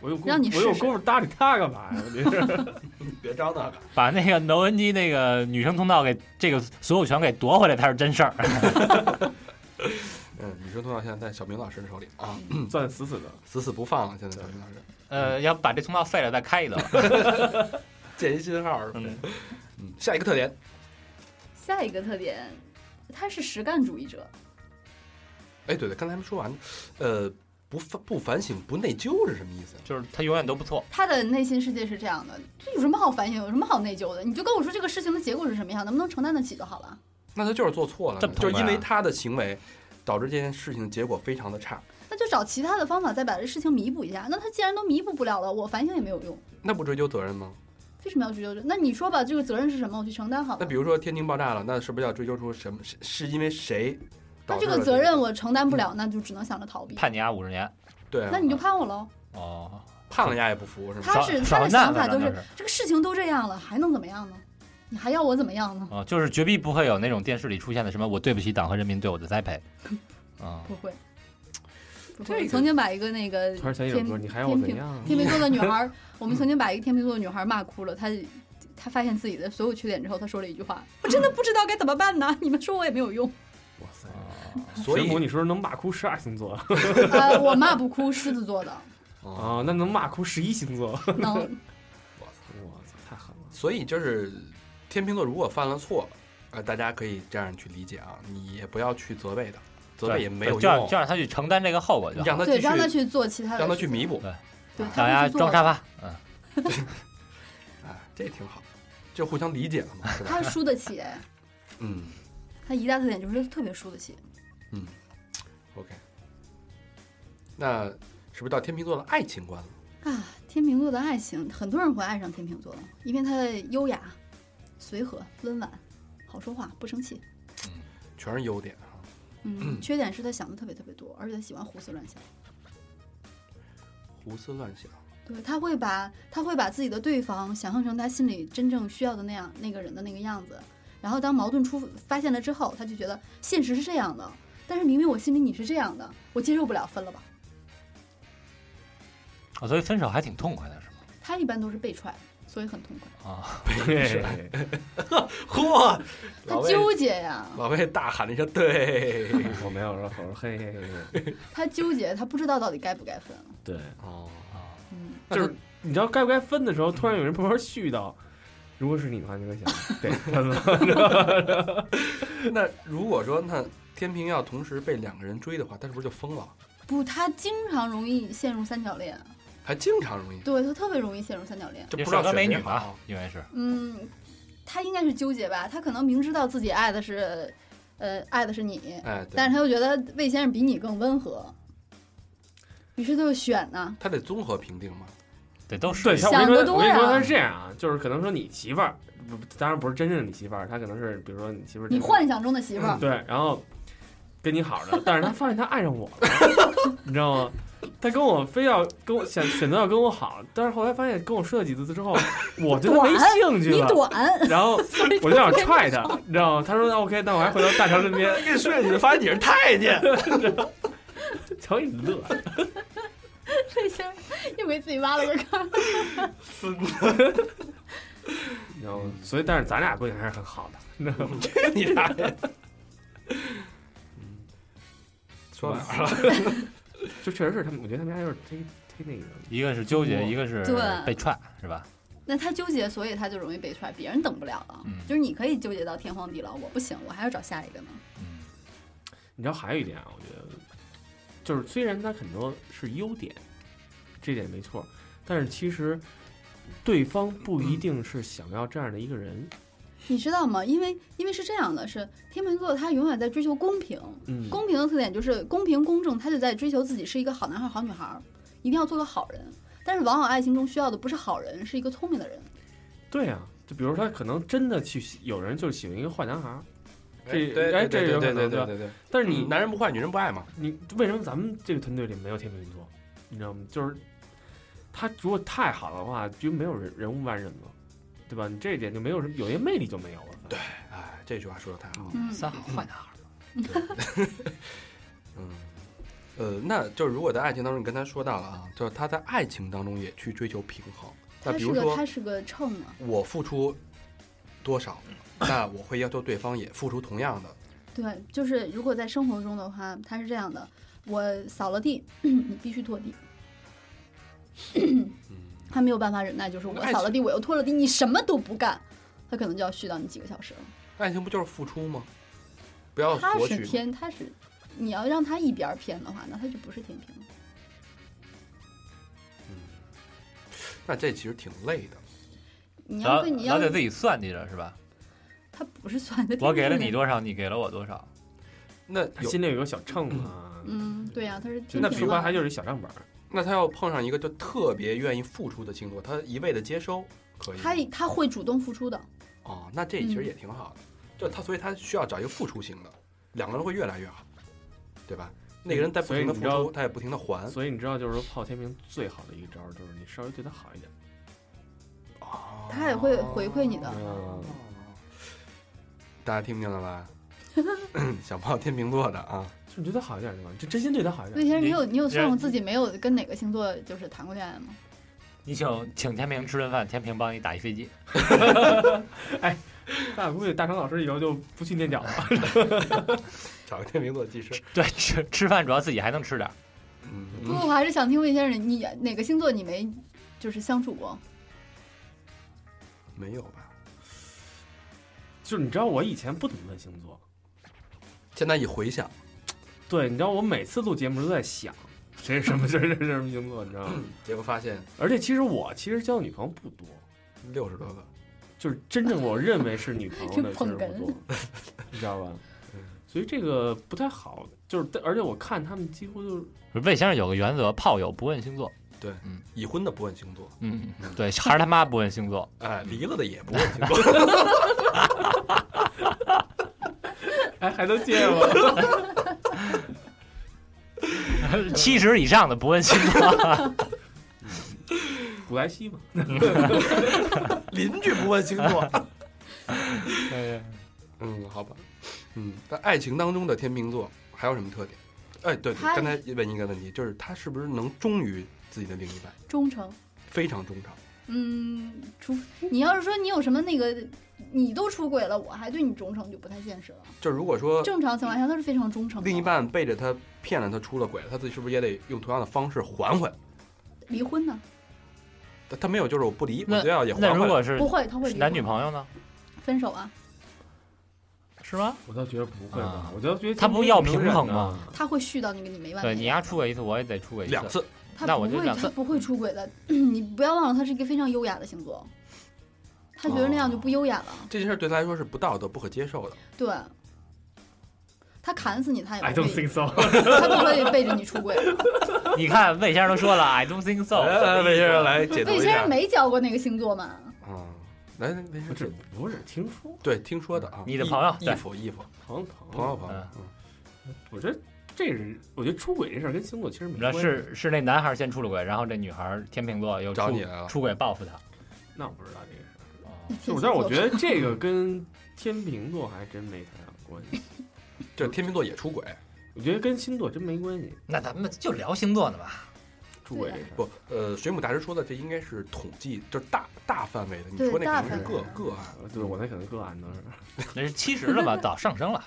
Speaker 3: 我有功
Speaker 5: 让你试
Speaker 3: 我有
Speaker 5: 试
Speaker 3: 功夫搭理他干嘛呀？我这是
Speaker 2: 你别招那个。
Speaker 4: 把那个挪文基那个女生通道给这个所有权给夺回来才是真事儿。
Speaker 2: 嗯，女生通道现在在小明老师手里啊，
Speaker 5: 嗯
Speaker 3: 攥死死的。
Speaker 2: 死死不放啊了。现在小 明老师
Speaker 4: 呃，要把这通道废了再开一个。
Speaker 2: 建一信号是吧？
Speaker 4: 嗯，
Speaker 2: 嗯，下一个特点，
Speaker 5: 下一个特点，他是实干主义者，
Speaker 2: 哎，对对，刚才没说完，呃，不反不反省不内疚是什么意思啊？
Speaker 4: 就是他永远都不错。
Speaker 5: 他的内心世界是这样的，这有什么好反省，有什么好内疚的？你就跟我说这个事情的结果是什么样，能不能承担得起就好了。
Speaker 2: 那他就是做错了
Speaker 4: 这么，
Speaker 2: 就
Speaker 4: 痛
Speaker 2: 是
Speaker 4: 快啊
Speaker 2: 因为他的行为导致这件事情的结果非常的差，
Speaker 5: 那就找其他的方法再把这事情弥补一下。那他既然都弥补不了了，我反省也没有用，
Speaker 2: 那不追究责任吗？
Speaker 5: 为什么要追究这？那你说吧，这个责任是什么？我去承担好
Speaker 2: 那
Speaker 5: 了
Speaker 2: 比。如说天津爆炸了，那是不是要追究出什么？是是因为谁
Speaker 5: 那
Speaker 2: 导致
Speaker 5: 这
Speaker 2: 了？
Speaker 5: 个责任我承担不了，那就只能想着逃避。
Speaker 4: 判你丫五十年
Speaker 2: 对啊，
Speaker 5: 那你就判我喽。
Speaker 4: 哦，
Speaker 2: 判了丫也不服是吗？
Speaker 5: 他是
Speaker 4: 耍
Speaker 5: 他
Speaker 4: 混
Speaker 5: 的
Speaker 4: 蛋
Speaker 5: 想法
Speaker 4: 反正
Speaker 5: 就
Speaker 4: 就是
Speaker 5: 这个事情都这样了，还能怎么样呢？你还要我怎么样呢？
Speaker 4: 哦，就是绝必不会有那种电视里出现的什么我对不起党和人民对我的 栽培，啊、
Speaker 5: 不会，不
Speaker 2: 这
Speaker 5: 会。
Speaker 2: 个
Speaker 5: 曾经把一个那个
Speaker 3: 突然想起一首歌，你还要我
Speaker 5: 天
Speaker 3: 怎
Speaker 5: 平
Speaker 3: 样？啊
Speaker 5: 天秤座的女孩儿，我们曾经把一个天秤座的女孩儿骂哭了。她她发现自己的所有缺点之后，她说了一句话：“我真的不知道该怎么办呢， 你们说我也没有用。
Speaker 3: 哇塞！
Speaker 2: 所
Speaker 3: 水母，
Speaker 2: 以
Speaker 3: 你说能骂哭十二星座啊？”
Speaker 5: 呃，我骂不哭狮子座的，嗯
Speaker 2: 啊，
Speaker 3: 哦那能骂哭十一星座？哇
Speaker 5: 能
Speaker 3: 塞，太狠了！
Speaker 2: 所以就是天秤座如果犯了错，呃，大家可以这样去理解啊，你也不要去责备他，责备也没有
Speaker 4: 就让
Speaker 2: 用
Speaker 4: 就，让他去承担这个后果就
Speaker 2: 你
Speaker 4: 好。
Speaker 2: 让他继
Speaker 5: 对
Speaker 2: 续
Speaker 5: 让她去做其他的，
Speaker 2: 让他去弥
Speaker 5: 补，
Speaker 2: 补，
Speaker 5: 对，
Speaker 4: 大
Speaker 5: 她
Speaker 4: 家
Speaker 5: 不去
Speaker 4: 装
Speaker 5: 做
Speaker 4: 沙
Speaker 5: 了。
Speaker 4: 发，嗯，
Speaker 2: 哎，这挺好，就互相理解了嘛，是吧？
Speaker 5: 她输得起，
Speaker 2: 嗯
Speaker 5: 她一大特点就是特别输得起。
Speaker 2: ，OK，那是不是到天秤座的爱情观了？
Speaker 5: 啊，天秤座的爱情，很多人会爱上天秤座，因为他优雅、随和、温婉，好说话，不生气。
Speaker 2: 全是优点啊，
Speaker 5: 嗯，缺点是他想的特别特别多，而且他喜欢胡思乱想。
Speaker 2: 胡思乱想，
Speaker 5: 对，他会把他会把自己的对方想象成他心里真正需要的那样那个人的那个样子，然后当矛盾出发现了之后，他就觉得现实是这样的，但是明明我心里你是这样的，我接受不了，分了吧。
Speaker 4: 哦，所以分手还挺痛快的，是吗？
Speaker 5: 他一般都是被踹，所以很痛快。
Speaker 4: 啊，
Speaker 3: 对，
Speaker 2: 嚯，老
Speaker 5: 他
Speaker 2: 魏
Speaker 5: 纠结呀，
Speaker 2: 老魏大喊了一声对，
Speaker 3: 我没有说，我说嘿嘿嘿嘿，
Speaker 5: 他纠结，他不知道到底该不该分。
Speaker 3: 对，
Speaker 2: 哦，
Speaker 4: 啊
Speaker 5: 嗯，
Speaker 3: 就是你知道该不该分的时候，突然有人旁边絮叨。如果是你的话，你会想， 对，分了。
Speaker 2: 那如果说那天平要同时被两个人追的话，他是不是就疯了？
Speaker 5: 不，他经常容易陷入三角恋，
Speaker 2: 还经常容易，就
Speaker 5: 对他特别容易陷入三角恋。
Speaker 2: 不知道
Speaker 4: 帅哥
Speaker 2: 选啊
Speaker 4: 美
Speaker 2: 谁
Speaker 4: 女
Speaker 2: 好
Speaker 4: 嘛，因为是
Speaker 5: 嗯，他应该是纠结吧，他可能明知道自己爱的是，呃，爱的是你，
Speaker 2: 哎，对
Speaker 5: 但是他又觉得魏先生比你更温和，于是他就选呢、
Speaker 2: 他得综合评定嘛。
Speaker 4: 得都是
Speaker 3: 对，他我跟
Speaker 5: 想
Speaker 3: 你
Speaker 5: 得
Speaker 3: 说，
Speaker 5: 多
Speaker 3: 我跟你说，
Speaker 5: 呀
Speaker 3: 他是这样啊，就是可能说你媳妇儿，不当然不是真正的你媳妇儿，他可能是嗯比如说你媳妇儿真
Speaker 5: 你
Speaker 3: 的，
Speaker 5: 幻想中的媳妇
Speaker 2: 嗯
Speaker 5: 儿，
Speaker 3: 对，然后跟你好着，但是他发现他爱上我了， 你知道吗？他跟我非要跟我选选择要跟我好，但是后来发现跟我睡了几次之后，我对他没
Speaker 5: 短
Speaker 3: 兴趣
Speaker 5: 你
Speaker 3: 了，
Speaker 5: 短，
Speaker 3: 然后我就想踹他，你知道吗？他说那 OK，那我还回到大乔身边，
Speaker 2: 跟你睡，你就发现你是太监。
Speaker 3: 瞧你乐，
Speaker 5: 魏先生又给自己挖了个坑。
Speaker 3: 你知道吗？所以，但是咱俩关系还是很好的，你知道吗？
Speaker 2: 你大爷！ 说哪儿了？
Speaker 3: 就确实是他们，我觉得他们家就是忒忒那个。
Speaker 4: 一个是纠结，一个是
Speaker 5: 对
Speaker 4: 被踹，是吧？
Speaker 5: 那他纠结，所以他就容易被踹，别人等不了了。
Speaker 4: 嗯
Speaker 5: 就是你可以纠结到天荒地老，我不行，我还要找下一个呢。
Speaker 4: 嗯，
Speaker 3: 你知道还有一点啊，我觉得就是虽然他很多是优点，这点没错，但是其实对方不一定是想要这样的一个人。
Speaker 5: 你知道吗？因为因为是这样的，是天秤座他永远在追求公平，
Speaker 3: 嗯
Speaker 5: 公平的特点就是公平公正，他就在追求自己是一个好男孩、好女孩儿，一定要做个好人。但是往往爱情中需要的不是好人，是一个聪明的人。
Speaker 3: 对啊，就比如他可能真的去喜有人就喜欢一个坏男孩儿， 这
Speaker 2: 对
Speaker 3: 哎
Speaker 2: 对
Speaker 3: 这
Speaker 2: 对
Speaker 3: 有
Speaker 2: 对
Speaker 3: 可
Speaker 2: 对
Speaker 3: 能
Speaker 2: 对对对，
Speaker 3: 但是
Speaker 2: 你
Speaker 3: 你
Speaker 2: 男人不坏，女人不爱嘛。
Speaker 3: 你为什么咱们这个团队里没有天秤座？你知道吗？就是他如果太好的话，就没有人人无完人了，对吧？你这一点就没有什么，有些魅力就没有了。对。
Speaker 2: 哎，这句话说的太好了。
Speaker 5: 嗯
Speaker 4: 三好坏男孩，
Speaker 2: 嗯，呃，那就是如果在爱情当中，你刚才说到了啊，就是他在爱情当中也去追求平衡。那
Speaker 5: 他
Speaker 2: 比
Speaker 5: 是
Speaker 2: 如
Speaker 5: 个
Speaker 2: 说
Speaker 5: 他是个秤啊，
Speaker 2: 我付出多少，那我会要求对方也付出同样的。
Speaker 5: 对，就是如果在生活中的话，他是这样的：我扫了地， 你必须拖地。
Speaker 2: 嗯，
Speaker 5: 他没有办法忍耐，就是我扫了地，我又拖了地，你什么都不干，他可能就要絮叨你几个小时了。
Speaker 2: 爱情不就是付出吗？不要
Speaker 5: 他
Speaker 2: 索
Speaker 5: 是
Speaker 2: 取吗。
Speaker 5: 天，他是你要让他一边儿偏的话，那他就不是天平了。
Speaker 2: 那这其实挺累的。
Speaker 5: 你
Speaker 4: 然
Speaker 5: 要
Speaker 4: 后
Speaker 5: 对你
Speaker 4: 然
Speaker 5: 要
Speaker 4: 后得自己算计着是吧？
Speaker 5: 他不是算的，
Speaker 4: 我给了你多少，你给了我多少？
Speaker 2: 那
Speaker 3: 他
Speaker 2: 有
Speaker 3: 心里有个小秤啊，
Speaker 5: 嗯，对呀、他是
Speaker 3: 就
Speaker 5: 听
Speaker 3: 那
Speaker 5: 评
Speaker 3: 说白
Speaker 5: 论
Speaker 3: 了他就是一小账本儿。
Speaker 2: 那他要碰上一个就特别愿意付出的星座，他一味的接收可以吗。
Speaker 5: 他他会主动付出的，
Speaker 2: 哦，那这其实也挺好的。
Speaker 5: 嗯
Speaker 2: 就他，所以他需要找一个付出型的，两个人会越来越好，对吧？那个人在不停的付
Speaker 3: 所以你知
Speaker 2: 出，
Speaker 3: 道
Speaker 2: 他也不停的还。
Speaker 3: 所以你知道，就是说炮天明最好的一个招儿，就是你稍微对他好一点。
Speaker 2: 哦
Speaker 5: 他也会回馈你的
Speaker 3: 嗯
Speaker 2: 大家听明白了 吧？小炮天秤座的啊，
Speaker 3: 就你对他好一点就完，就真心对他好一
Speaker 5: 魏
Speaker 3: 点。
Speaker 5: 先生，你
Speaker 4: 啊你
Speaker 5: 有你有
Speaker 4: 你
Speaker 5: 算过自己没有跟哪个星座就是谈过恋爱吗？
Speaker 4: 你请请天平吃顿饭，天平帮你打一飞机。
Speaker 3: 那估计大成老师以后就不去垫脚了。
Speaker 2: 找个天秤座技师。
Speaker 4: 对，吃吃饭主要自己还能吃点儿。
Speaker 5: 不过
Speaker 2: 嗯，
Speaker 5: 我还是想听魏先生，你哪个星座你没就是相处过？
Speaker 2: 没有吧？
Speaker 3: 就是你知道我以前不怎么问星座，
Speaker 2: 现在一回想，
Speaker 3: 对，你知道我每次录节目都在想，谁是什么谁是什么星座，你知道吗？
Speaker 2: 结果发现
Speaker 3: 而且其实我其实交女朋友不多，
Speaker 2: 六十多个，
Speaker 3: 就是真正我认为是女朋友的
Speaker 5: 真
Speaker 3: 其
Speaker 5: 捧
Speaker 3: 实不多， 你知道吧？嗯所以这个不太好，就是但而且我看他们几乎就是
Speaker 4: 魏先生有个原则，炮友不问星座。
Speaker 2: 已婚的不问星座，
Speaker 4: 嗯，对，还是他妈不问星座。
Speaker 2: 哎，离了的也不问星座。
Speaker 3: 哎还能接吗？
Speaker 5: 嗯
Speaker 4: 七十以上的不问星 座，
Speaker 3: 古莱西嘛，
Speaker 2: 邻居不问星 座。
Speaker 4: 哎
Speaker 2: 嗯，好吧，嗯，在爱情当中的天秤座还有什么特点？哎，对，对
Speaker 5: 他
Speaker 2: 刚才问一个问题，就是他是不是能忠于自己的另一半，
Speaker 5: 忠诚，
Speaker 2: 非常忠诚？
Speaker 5: 嗯，除你要是说你有什么那个，你都出轨了，我还对你忠诚就不太现实了。
Speaker 2: 就是如果说
Speaker 5: 正常情况下他是非常忠诚的。
Speaker 2: 另一半背着他骗了他出了轨，他自己是不是也得用同样的方式还回来？
Speaker 5: 离婚呢？
Speaker 2: 他他没有，就是我不离，
Speaker 4: 那
Speaker 2: 我就要也
Speaker 4: 那
Speaker 2: 还
Speaker 4: 如
Speaker 2: 回来。
Speaker 4: 果是
Speaker 5: 不会，他会离婚
Speaker 4: 男女朋友呢？
Speaker 5: 分手啊，
Speaker 4: 是吗？
Speaker 3: 我倒觉得不会吧
Speaker 4: 啊，
Speaker 3: 我倒觉得
Speaker 4: 他不啊要平衡吗？
Speaker 5: 他会续到那个你没完没
Speaker 4: 对
Speaker 5: 了。
Speaker 4: 你丫出轨一次，我也得出轨一
Speaker 2: 两
Speaker 4: 次。
Speaker 2: 次，
Speaker 5: 他
Speaker 4: 那
Speaker 5: 不
Speaker 4: 我就
Speaker 5: 会，
Speaker 4: 两
Speaker 5: 他
Speaker 4: 次
Speaker 5: 不会出轨的。 你不要忘了，他是一个非常优雅的星座，他觉得那样就不优雅了。
Speaker 2: 这件事对他来说是不道德、不可接受的。
Speaker 5: 对，他砍死你，他也
Speaker 3: I
Speaker 5: 不
Speaker 3: don't
Speaker 5: 会，
Speaker 3: think so。
Speaker 5: 他不会背着你出轨。
Speaker 4: 你看魏先生都说了，I don't think
Speaker 2: 来
Speaker 4: so。
Speaker 2: 哎来，魏先生来解读
Speaker 5: 魏
Speaker 2: 一
Speaker 5: 先生
Speaker 2: 下。
Speaker 5: 没交过那个星座嘛？
Speaker 2: 嗯，来，来魏先
Speaker 3: 不是
Speaker 2: 生，
Speaker 3: 不是，听说
Speaker 2: 对，听说的啊，
Speaker 4: 你的朋友
Speaker 2: 义
Speaker 4: 对
Speaker 2: 父，义父，
Speaker 3: 朋友朋
Speaker 2: 朋友，朋友
Speaker 4: 嗯，
Speaker 2: 嗯
Speaker 3: 我觉得这人，我觉得出轨这事儿跟星座其实没
Speaker 4: 那
Speaker 3: 关系。
Speaker 4: 是是那男孩先出了轨，然后这女孩天秤座又
Speaker 2: 找
Speaker 4: 出
Speaker 2: 你来了
Speaker 4: 出轨报复他。
Speaker 3: 那我不知道这个事儿。
Speaker 4: 哦
Speaker 5: 天
Speaker 3: 就是，
Speaker 5: 蝎
Speaker 3: 但是我
Speaker 5: 座
Speaker 3: 觉得这个 跟天秤座还真没太大关系。
Speaker 2: 就是天秤座也出轨，
Speaker 3: 我觉得跟星座真没关系，
Speaker 4: 那咱们就聊星座呢吧。
Speaker 3: 出轨这事儿。
Speaker 2: 不，呃，水母大师说的这应该是统计，就是大大范围的。你
Speaker 5: 对
Speaker 2: 说那
Speaker 5: 大
Speaker 2: 可能是
Speaker 5: 范围
Speaker 2: 个
Speaker 5: 的
Speaker 2: 个案，
Speaker 3: 呃对我那可能个案都是。
Speaker 4: 那是七十了吧？早上升了，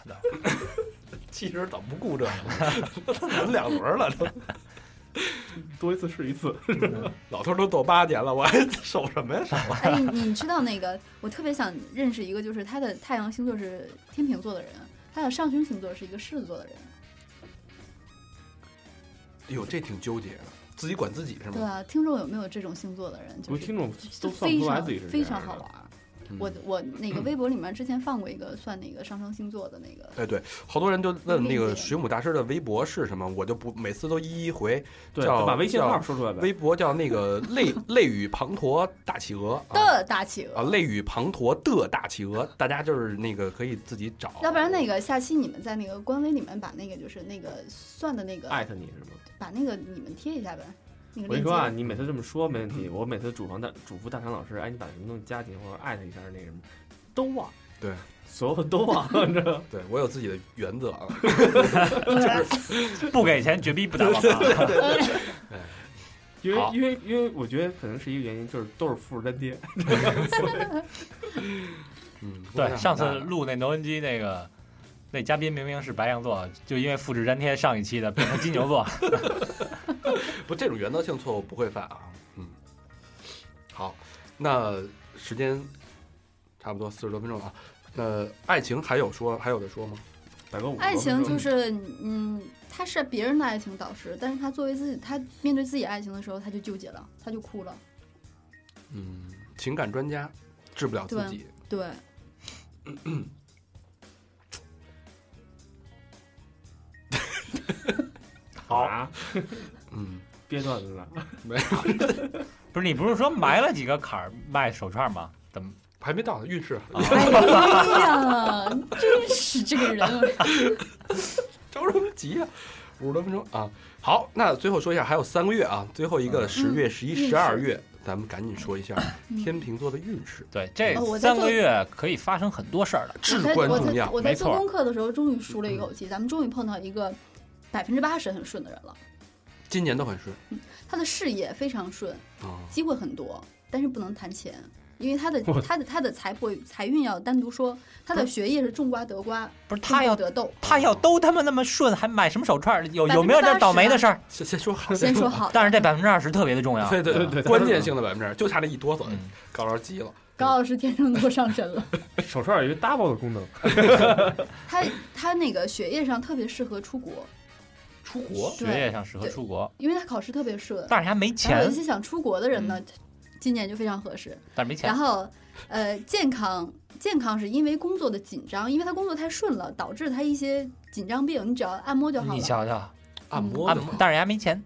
Speaker 4: 都
Speaker 2: 其实早不顾这个， 轮两轮了都，
Speaker 3: 多一次是一次。
Speaker 2: 老头都走八年了，我还 守什么呀？守
Speaker 5: 哎，你你知道那个，我特别想认识一个，就是他的太阳星座是天秤座的人，他的上升星座是一个狮子座的人。
Speaker 2: 哎呦，这挺纠结的，自己管自己是
Speaker 5: 对
Speaker 2: 吗？
Speaker 5: 啊，听众有没有这种星座的人？
Speaker 3: 我
Speaker 5: 就是
Speaker 3: 听众
Speaker 5: 就
Speaker 3: 都算
Speaker 5: 非
Speaker 3: 不出来
Speaker 5: 常
Speaker 3: 自己是
Speaker 5: 非
Speaker 3: 谁
Speaker 5: 常
Speaker 3: 啊
Speaker 5: 好玩。儿。
Speaker 2: 嗯
Speaker 5: 我我那个微博里面之前放过一个算那个上升星座的那个，
Speaker 2: 哎，对，好多人就问那
Speaker 5: 理
Speaker 2: 个
Speaker 5: 解
Speaker 2: 水母大师的微博是什么，我就不每次都一一回。
Speaker 3: 对，
Speaker 2: 叫
Speaker 3: 把微信
Speaker 2: 叫
Speaker 3: 号说出来呗。
Speaker 2: 微博叫那个泪泪雨滂沱大企鹅啊
Speaker 5: 的大企
Speaker 2: 啊，
Speaker 5: 鹅。
Speaker 2: 泪雨滂沱的大企鹅，大家就是那个可以自己找。
Speaker 5: 要不然那个下期你们在那个官微里面把那个就是那个算的那个，
Speaker 3: 艾特你是吗？
Speaker 5: 把那个你们贴一下呗。那个
Speaker 3: 我
Speaker 5: 链接嗯
Speaker 3: 跟你说啊，你每次这么说没问题。我每次嘱咐大嘱咐大唐老师，哎，你把什么东西加进或者艾特一下那个什么，都忘。
Speaker 2: 对，
Speaker 3: 所有都忘了，你知道吗？
Speaker 2: 对我有自己的原则啊。
Speaker 4: 不给钱绝逼不打广告。
Speaker 3: 因为
Speaker 4: 好
Speaker 3: 因为因为我觉得可能是一个原因，就是都是富士干爹。
Speaker 2: 嗯，
Speaker 4: 对，上次录那挪文机那个那嘉宾明明是白羊座，就因为复制粘贴上一期的变成金牛座。
Speaker 2: 不，这种原则性错误不会犯啊。嗯，好，那时间差不多四十多分钟了啊。那爱情还有说还有的说吗？
Speaker 3: 大哥，我
Speaker 5: 爱情就是，嗯，他是别人的爱情导师，但是他作为自己，他面对自己爱情的时候，他就纠结了，他就哭了，
Speaker 2: 嗯，情感专家治不了自
Speaker 5: 对
Speaker 2: 己，
Speaker 5: 对，
Speaker 3: 好啊，
Speaker 2: 嗯，
Speaker 3: 憋段子了，
Speaker 4: 不是你不是说埋了几个坎儿卖手串吗？怎么？
Speaker 2: 还没到呢，运势
Speaker 5: 哎呀，真是这个人，啊
Speaker 2: 着什么急呀、五十多分钟啊，好，那最后说一下，还有三个月啊，最后一
Speaker 3: 嗯
Speaker 2: 个十月、十一、
Speaker 5: 运势
Speaker 2: 十二月，咱们赶紧说一下
Speaker 5: 嗯
Speaker 2: 天秤座的运势，
Speaker 4: 对，这
Speaker 5: 哦我在
Speaker 4: 三
Speaker 5: 做
Speaker 4: 个月可以发生很多事儿的。
Speaker 2: 至
Speaker 5: 我
Speaker 2: 关
Speaker 5: 在我
Speaker 2: 重
Speaker 5: 在
Speaker 2: 要。
Speaker 5: 我在
Speaker 4: 没
Speaker 5: 做
Speaker 4: 错
Speaker 5: 功课的时候，终于舒了一口气，咱们终于碰到一个百分之八十很顺的人了。
Speaker 2: 今年都很顺
Speaker 5: 他的事业非常顺，
Speaker 2: 啊，
Speaker 5: 机会很多，但是不能谈钱，因为他的
Speaker 3: 我
Speaker 5: 他的他的财帛财运要单独说，他的学业是种瓜得瓜，
Speaker 4: 不是
Speaker 5: 种
Speaker 4: 他
Speaker 5: 豆
Speaker 4: 要
Speaker 5: 得豆。
Speaker 4: 他要都他妈那么顺，还买什么手串儿？有
Speaker 5: 百
Speaker 4: 有
Speaker 5: 分之啊
Speaker 4: 没有这倒霉的事儿？
Speaker 2: 先先说好，
Speaker 5: 先说好，
Speaker 4: 但是这百分之二十特别的重要。
Speaker 2: 对对
Speaker 3: 对对
Speaker 2: 关键性的百分之二，就差那一哆嗦，
Speaker 4: 嗯，
Speaker 2: 搞着急了。
Speaker 5: 高老师天秤座上身了，
Speaker 3: 手串有一个 double 的功能，
Speaker 5: 他他那个学业上特别适合出国，
Speaker 2: 出国
Speaker 4: 学
Speaker 5: 对
Speaker 4: 业上适合
Speaker 5: 对
Speaker 4: 出国，
Speaker 5: 因为他考试特别顺。
Speaker 4: 但是还没
Speaker 5: 然后
Speaker 4: 钱
Speaker 5: 有一，些想出国的人
Speaker 4: 嗯
Speaker 5: 呢，今年就非常合适。
Speaker 4: 但是没钱
Speaker 5: 然。后，呃，健康健康是因为工作的紧张，因为他工作太顺了，导致他一些紧张病，你只要按摩就好
Speaker 4: 你
Speaker 5: 了。
Speaker 4: 瞧瞧，
Speaker 2: 按摩
Speaker 4: 嗯按
Speaker 2: 的嘛，
Speaker 4: 但是人家没钱，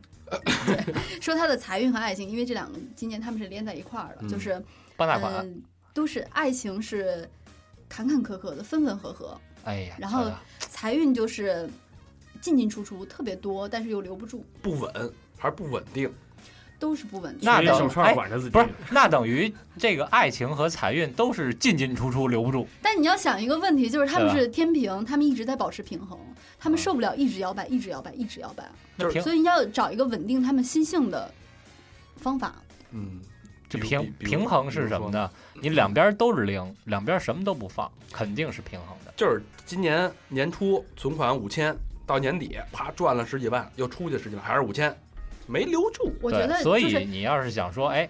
Speaker 5: 说他的财运和爱情，因为这两个今年他们是连在一块儿的，
Speaker 2: 嗯
Speaker 5: 就是
Speaker 4: 傍大
Speaker 5: 嗯、
Speaker 4: 款。啊
Speaker 5: 都是爱情是坎坎坷坷的，分分合合，
Speaker 4: 哎呀，
Speaker 5: 呃然后
Speaker 4: 瞧瞧
Speaker 5: 财运就是进进出出特别多，但是又留不住，
Speaker 2: 不稳还是不稳定，
Speaker 5: 都是不稳定。
Speaker 4: 那
Speaker 3: 所以
Speaker 4: 倒
Speaker 3: 手串管着自己，
Speaker 4: 不是，那等于这个爱情和财运都是进进出出，留不住。
Speaker 5: 但你要想一个问题，就是他们
Speaker 4: 对吧
Speaker 5: 是天平，他们一直在保持平衡，他
Speaker 4: 嗯
Speaker 5: 们受不了一直摇摆，一直摇摆，一直摇摆。
Speaker 4: 那
Speaker 2: 就是
Speaker 4: 平
Speaker 5: 所以要找一个稳定他们心性的方法。
Speaker 2: 嗯，
Speaker 4: 这
Speaker 2: 比如
Speaker 4: 平
Speaker 2: 比如
Speaker 4: 平衡是什么呢？你两边都是零，两边什么都不放，肯定是平衡的。
Speaker 2: 就是今年年初存款五千，到年底啪赚了十几万，又出去十几万，还是五千，没留住。
Speaker 5: 我觉
Speaker 4: 对，
Speaker 5: 得
Speaker 4: 所
Speaker 5: 就
Speaker 4: 以
Speaker 5: 是
Speaker 4: 你要是想说，哎，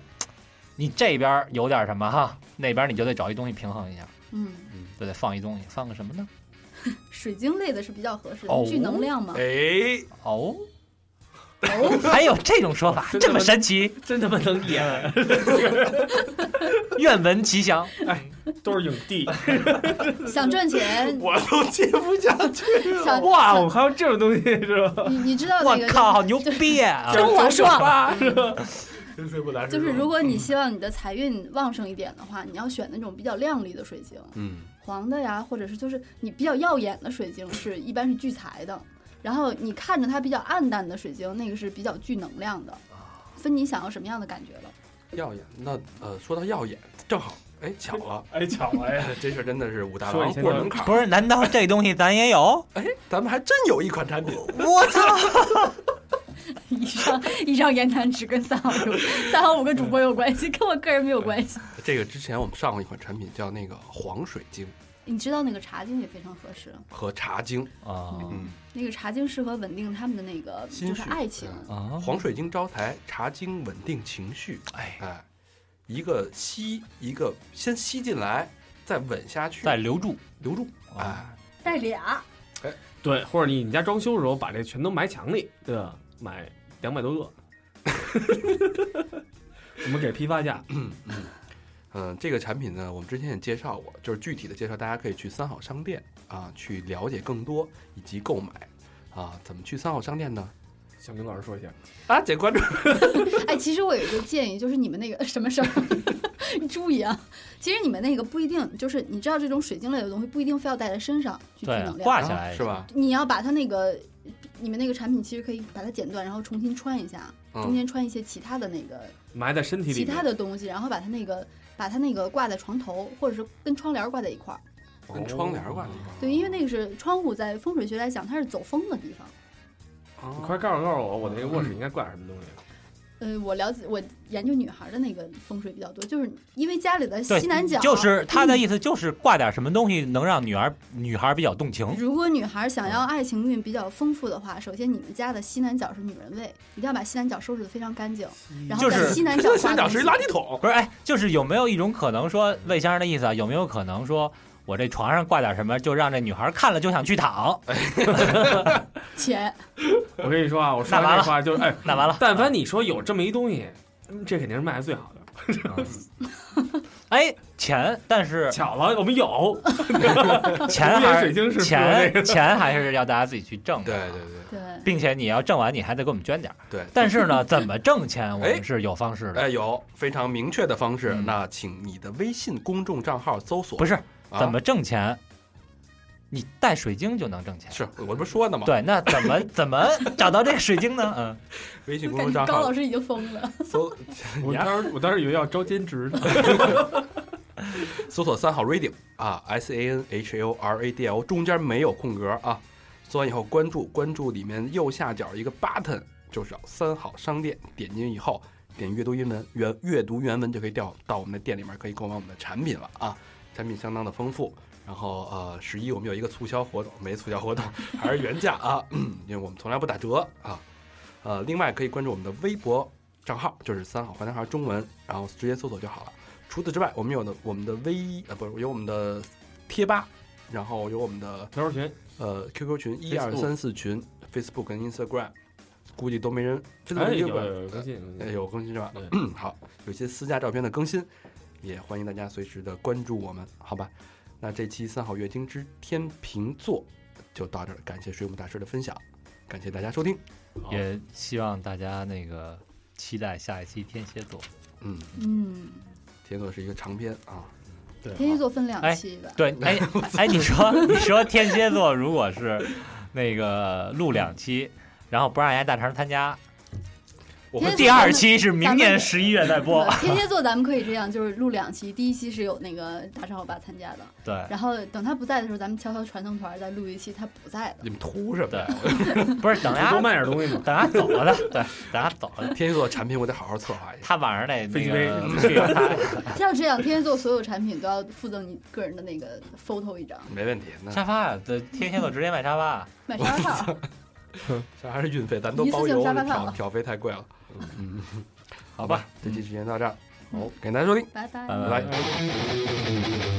Speaker 4: 你这边有点什么哈，那边你就得找一东西平衡一下，
Speaker 5: 嗯，
Speaker 4: 就得放一东西，放个什么呢？
Speaker 5: 水晶类的是比较合适
Speaker 4: 哦
Speaker 5: 的，聚能量嘛。
Speaker 2: 哎，
Speaker 4: 哦，
Speaker 5: 哦，
Speaker 4: 还有这种说法，
Speaker 3: 真
Speaker 4: 这
Speaker 3: 的
Speaker 4: 么
Speaker 3: 吗
Speaker 4: 神奇，
Speaker 3: 真他妈能演，
Speaker 4: 愿闻其详。
Speaker 3: 都是影帝，
Speaker 5: 想赚 钱，
Speaker 2: 我都接不下去
Speaker 5: 想
Speaker 3: 哇，我还有这种东西是吧？
Speaker 5: 你你知道
Speaker 4: 我
Speaker 5: 那个
Speaker 4: 靠，好牛逼啊！
Speaker 5: 跟我说，
Speaker 2: 真睡不来。
Speaker 5: 就是如果你希望你的财运旺盛一点的话，你要选那种比较亮丽的水晶，
Speaker 2: 嗯，
Speaker 5: 黄的呀，或者是就是你比较耀眼的水晶是一般是聚财的，然后你看着它比较暗淡的水晶，那个是比较聚能量的，
Speaker 2: 啊
Speaker 5: 分你想要什么样的感觉 了。
Speaker 2: 耀眼，那呃，说到耀眼，正好哎巧了，
Speaker 3: 哎，巧了呀！
Speaker 2: 这事儿真的是武大
Speaker 3: 说
Speaker 2: 郎
Speaker 3: 以前
Speaker 2: 过
Speaker 3: 的
Speaker 2: 门槛儿。
Speaker 4: 不是？难道这东西咱也有？
Speaker 2: 哎，咱们还真有一款产品，
Speaker 4: 我操！
Speaker 5: 以上以上言谈只跟三好有三好五个主播有关系，跟我个人没有关系。
Speaker 2: 这个之前我们上过一款产品叫那个黄水晶
Speaker 5: 你知道那个茶晶也非常合适，
Speaker 2: 和茶晶，
Speaker 4: 啊
Speaker 2: 嗯，
Speaker 5: 那个茶晶适合稳定他们的那个
Speaker 2: 心
Speaker 5: 就
Speaker 2: 绪嗯
Speaker 5: 是爱情，
Speaker 4: 啊！
Speaker 2: 黄水晶招财，茶晶稳定情绪。
Speaker 4: 哎，
Speaker 2: 哎，一个吸，一个先吸进来，再稳下去，
Speaker 4: 再留住
Speaker 2: 留住。
Speaker 4: 啊！
Speaker 2: 哎，
Speaker 5: 带俩。
Speaker 3: 对，或者你你家装修的时候把这全都埋墙里，对吧？买两百多个， 我们给批发价。
Speaker 2: 嗯，这个产品呢，我们之前也介绍过，就是具体的介绍，大家可以去三好商店啊，去了解更多以及购买啊。怎么去三好商店呢？
Speaker 3: 小明老师说一下，
Speaker 2: 啊，姐关注。
Speaker 5: 哎，其实我有一个建议，就是你们那个什么什么， 你注意啊。其实你们那个不一定，就是你知道这种水晶类的东西不一定非要带在身上去聚
Speaker 4: 对啊
Speaker 5: 能，量，
Speaker 4: 挂起来
Speaker 2: 啊是？吧？
Speaker 5: 你要把它那个你们那个产品其实可以把它剪断，然后重新穿一下，中
Speaker 2: 嗯，
Speaker 5: 间穿一些其他的那个
Speaker 3: 埋在身体
Speaker 5: 其
Speaker 3: 里
Speaker 5: 他
Speaker 3: 面，
Speaker 5: 的东西，然后把它那个把它那个挂在床头，或者是跟窗帘挂在一块儿。
Speaker 2: 跟窗帘挂在一块
Speaker 5: 对，因为那个是窗户，在风水学来讲，它是走风的地方。
Speaker 2: 啊
Speaker 3: 你快告诉告诉我，我那个卧室应该挂什么东西？
Speaker 5: 呃，我了解，我研究女孩的那个风水比较多，就是因为家里的
Speaker 4: 对
Speaker 5: 西南角，嗯
Speaker 4: 就是他的意思，就是挂点什么东西能让女儿女孩比较动情。
Speaker 5: 如果女孩想要爱情运比较丰富的话，首先你们家的西南角是女人位，一定要把西南角收拾得非常干净，然后
Speaker 4: 就
Speaker 5: 在
Speaker 4: 是
Speaker 5: 西南角
Speaker 2: 这
Speaker 5: 挂
Speaker 2: 先
Speaker 5: 东
Speaker 2: 找
Speaker 5: 西
Speaker 2: 是一垃圾桶。
Speaker 4: 不是，哎，就是有没有一种可能说，魏先生的意思啊，有没有可能说我这床上挂点什么，就让这女孩看了就想去躺？
Speaker 2: 哎
Speaker 5: 钱，
Speaker 3: 我跟你说啊，我说
Speaker 4: 嗯
Speaker 3: 完
Speaker 4: 那完了
Speaker 3: 这话就是，哎，
Speaker 4: 那完了，
Speaker 3: 但凡你说有这么一东西，嗯这肯定是卖的最好的。
Speaker 4: 哎，钱，但是
Speaker 3: 巧了，我们有，
Speaker 4: 钱还
Speaker 3: 水晶是
Speaker 4: 钱钱还是要大家自己去挣的
Speaker 2: 对
Speaker 4: 啊，
Speaker 2: 对
Speaker 5: 对，
Speaker 4: 并且你要挣完，你还得给我们捐点儿。
Speaker 2: 对
Speaker 4: 但是呢，怎么挣钱，我
Speaker 2: 哎
Speaker 4: 们是有方式
Speaker 2: 对，
Speaker 4: 的。
Speaker 2: 哎，有非常明确的方式。
Speaker 4: 嗯
Speaker 2: 那请你的微信公众账号搜索，啊
Speaker 4: 不
Speaker 2: 是
Speaker 4: 是怎么挣钱，你带水晶就能挣钱。
Speaker 2: 是我这不是说呢吗？
Speaker 4: 对，那怎么怎么找到这个水晶呢？嗯，
Speaker 2: 微信
Speaker 5: 我
Speaker 2: 公众
Speaker 5: 感觉
Speaker 2: 账
Speaker 5: 高
Speaker 2: 号
Speaker 5: 老师已经疯了。
Speaker 2: 搜
Speaker 3: 我当时我当时以为要招兼职呢，
Speaker 2: 搜索三号 radio 啊，S A N H A O R A D L，中间没有空格啊。搜完以后关注，关注里面右下角一个 button 就是三好商店，点进去以后点阅读原文，原阅读原文就可以调到我们的店里面，可以购买我们的产品了啊，产品相当的丰富。然后呃，十一我们有一个促销活动，没促销活动，还是原价啊，嗯因为我们从来不打折啊。呃，另外可以关注我们的微博账号，就是三好坏男孩中文，然后直接搜索就好了。除此之外，我们有的我们的微呃不是有我们的贴吧，然后有我们的
Speaker 3: 刘少 群
Speaker 2: 呃 QQ 群一二三四群，Facebook 跟 Instagram，估计都没人。
Speaker 3: 哎
Speaker 2: Facebook
Speaker 3: 有
Speaker 2: Instagram
Speaker 3: 有有更新，
Speaker 2: 呃有更新是吧
Speaker 3: 对？
Speaker 2: 嗯，好，有些私家照片的更新，也欢迎大家随时的关注我们，好吧？那这期三好乐听之天秤座就到这儿，感谢水母大师的分享，感谢大家收听，
Speaker 3: 好
Speaker 4: 也希望大家那个期待下一期天蝎座。
Speaker 2: 嗯，
Speaker 5: 嗯，
Speaker 2: 天蝎座是一个长篇啊，
Speaker 5: 天蝎座分两期吧，
Speaker 4: 对，哎哎，你说你说天蝎座如果是那个录两期，然后不让人家大肠参加，
Speaker 2: 我
Speaker 5: 会天蝎座
Speaker 4: 第二期是明
Speaker 5: 咱
Speaker 4: 年
Speaker 5: 们
Speaker 4: 十一月再播
Speaker 5: 呃。 天蝎座咱们可以这样，就是录两期，第一期是有那个大超欧巴参加的，
Speaker 4: 对，
Speaker 5: 然后等他不在的时候，咱们悄悄传送团再录一期他不在的。
Speaker 2: 你们图什么呀？
Speaker 4: 不是等大
Speaker 3: 多
Speaker 4: 家
Speaker 3: 卖点东西嘛。
Speaker 4: 等他走了的，对，等他走了的，
Speaker 2: 天蝎座产品我得好好策划一下。
Speaker 4: 他晚上得
Speaker 3: 飞
Speaker 4: 那
Speaker 3: 机
Speaker 4: 个去他
Speaker 5: 要这样，天蝎座所有产品都要附赠你个人的那个 photo 一张，
Speaker 2: 没问题，那
Speaker 4: 沙发呀，这天蝎座直接卖沙发。啊
Speaker 5: 买沙发 套。
Speaker 2: 这还是运费，咱都包
Speaker 5: 一次
Speaker 2: 邮，
Speaker 5: 性沙发套
Speaker 2: 挑
Speaker 5: 了
Speaker 2: 挑费太贵了。嗯，好嗯
Speaker 4: 吧
Speaker 2: 吧，这期时间到这儿，
Speaker 4: 好
Speaker 2: 感谢大家收听，
Speaker 5: 拜拜。
Speaker 4: 拜
Speaker 2: 拜拜。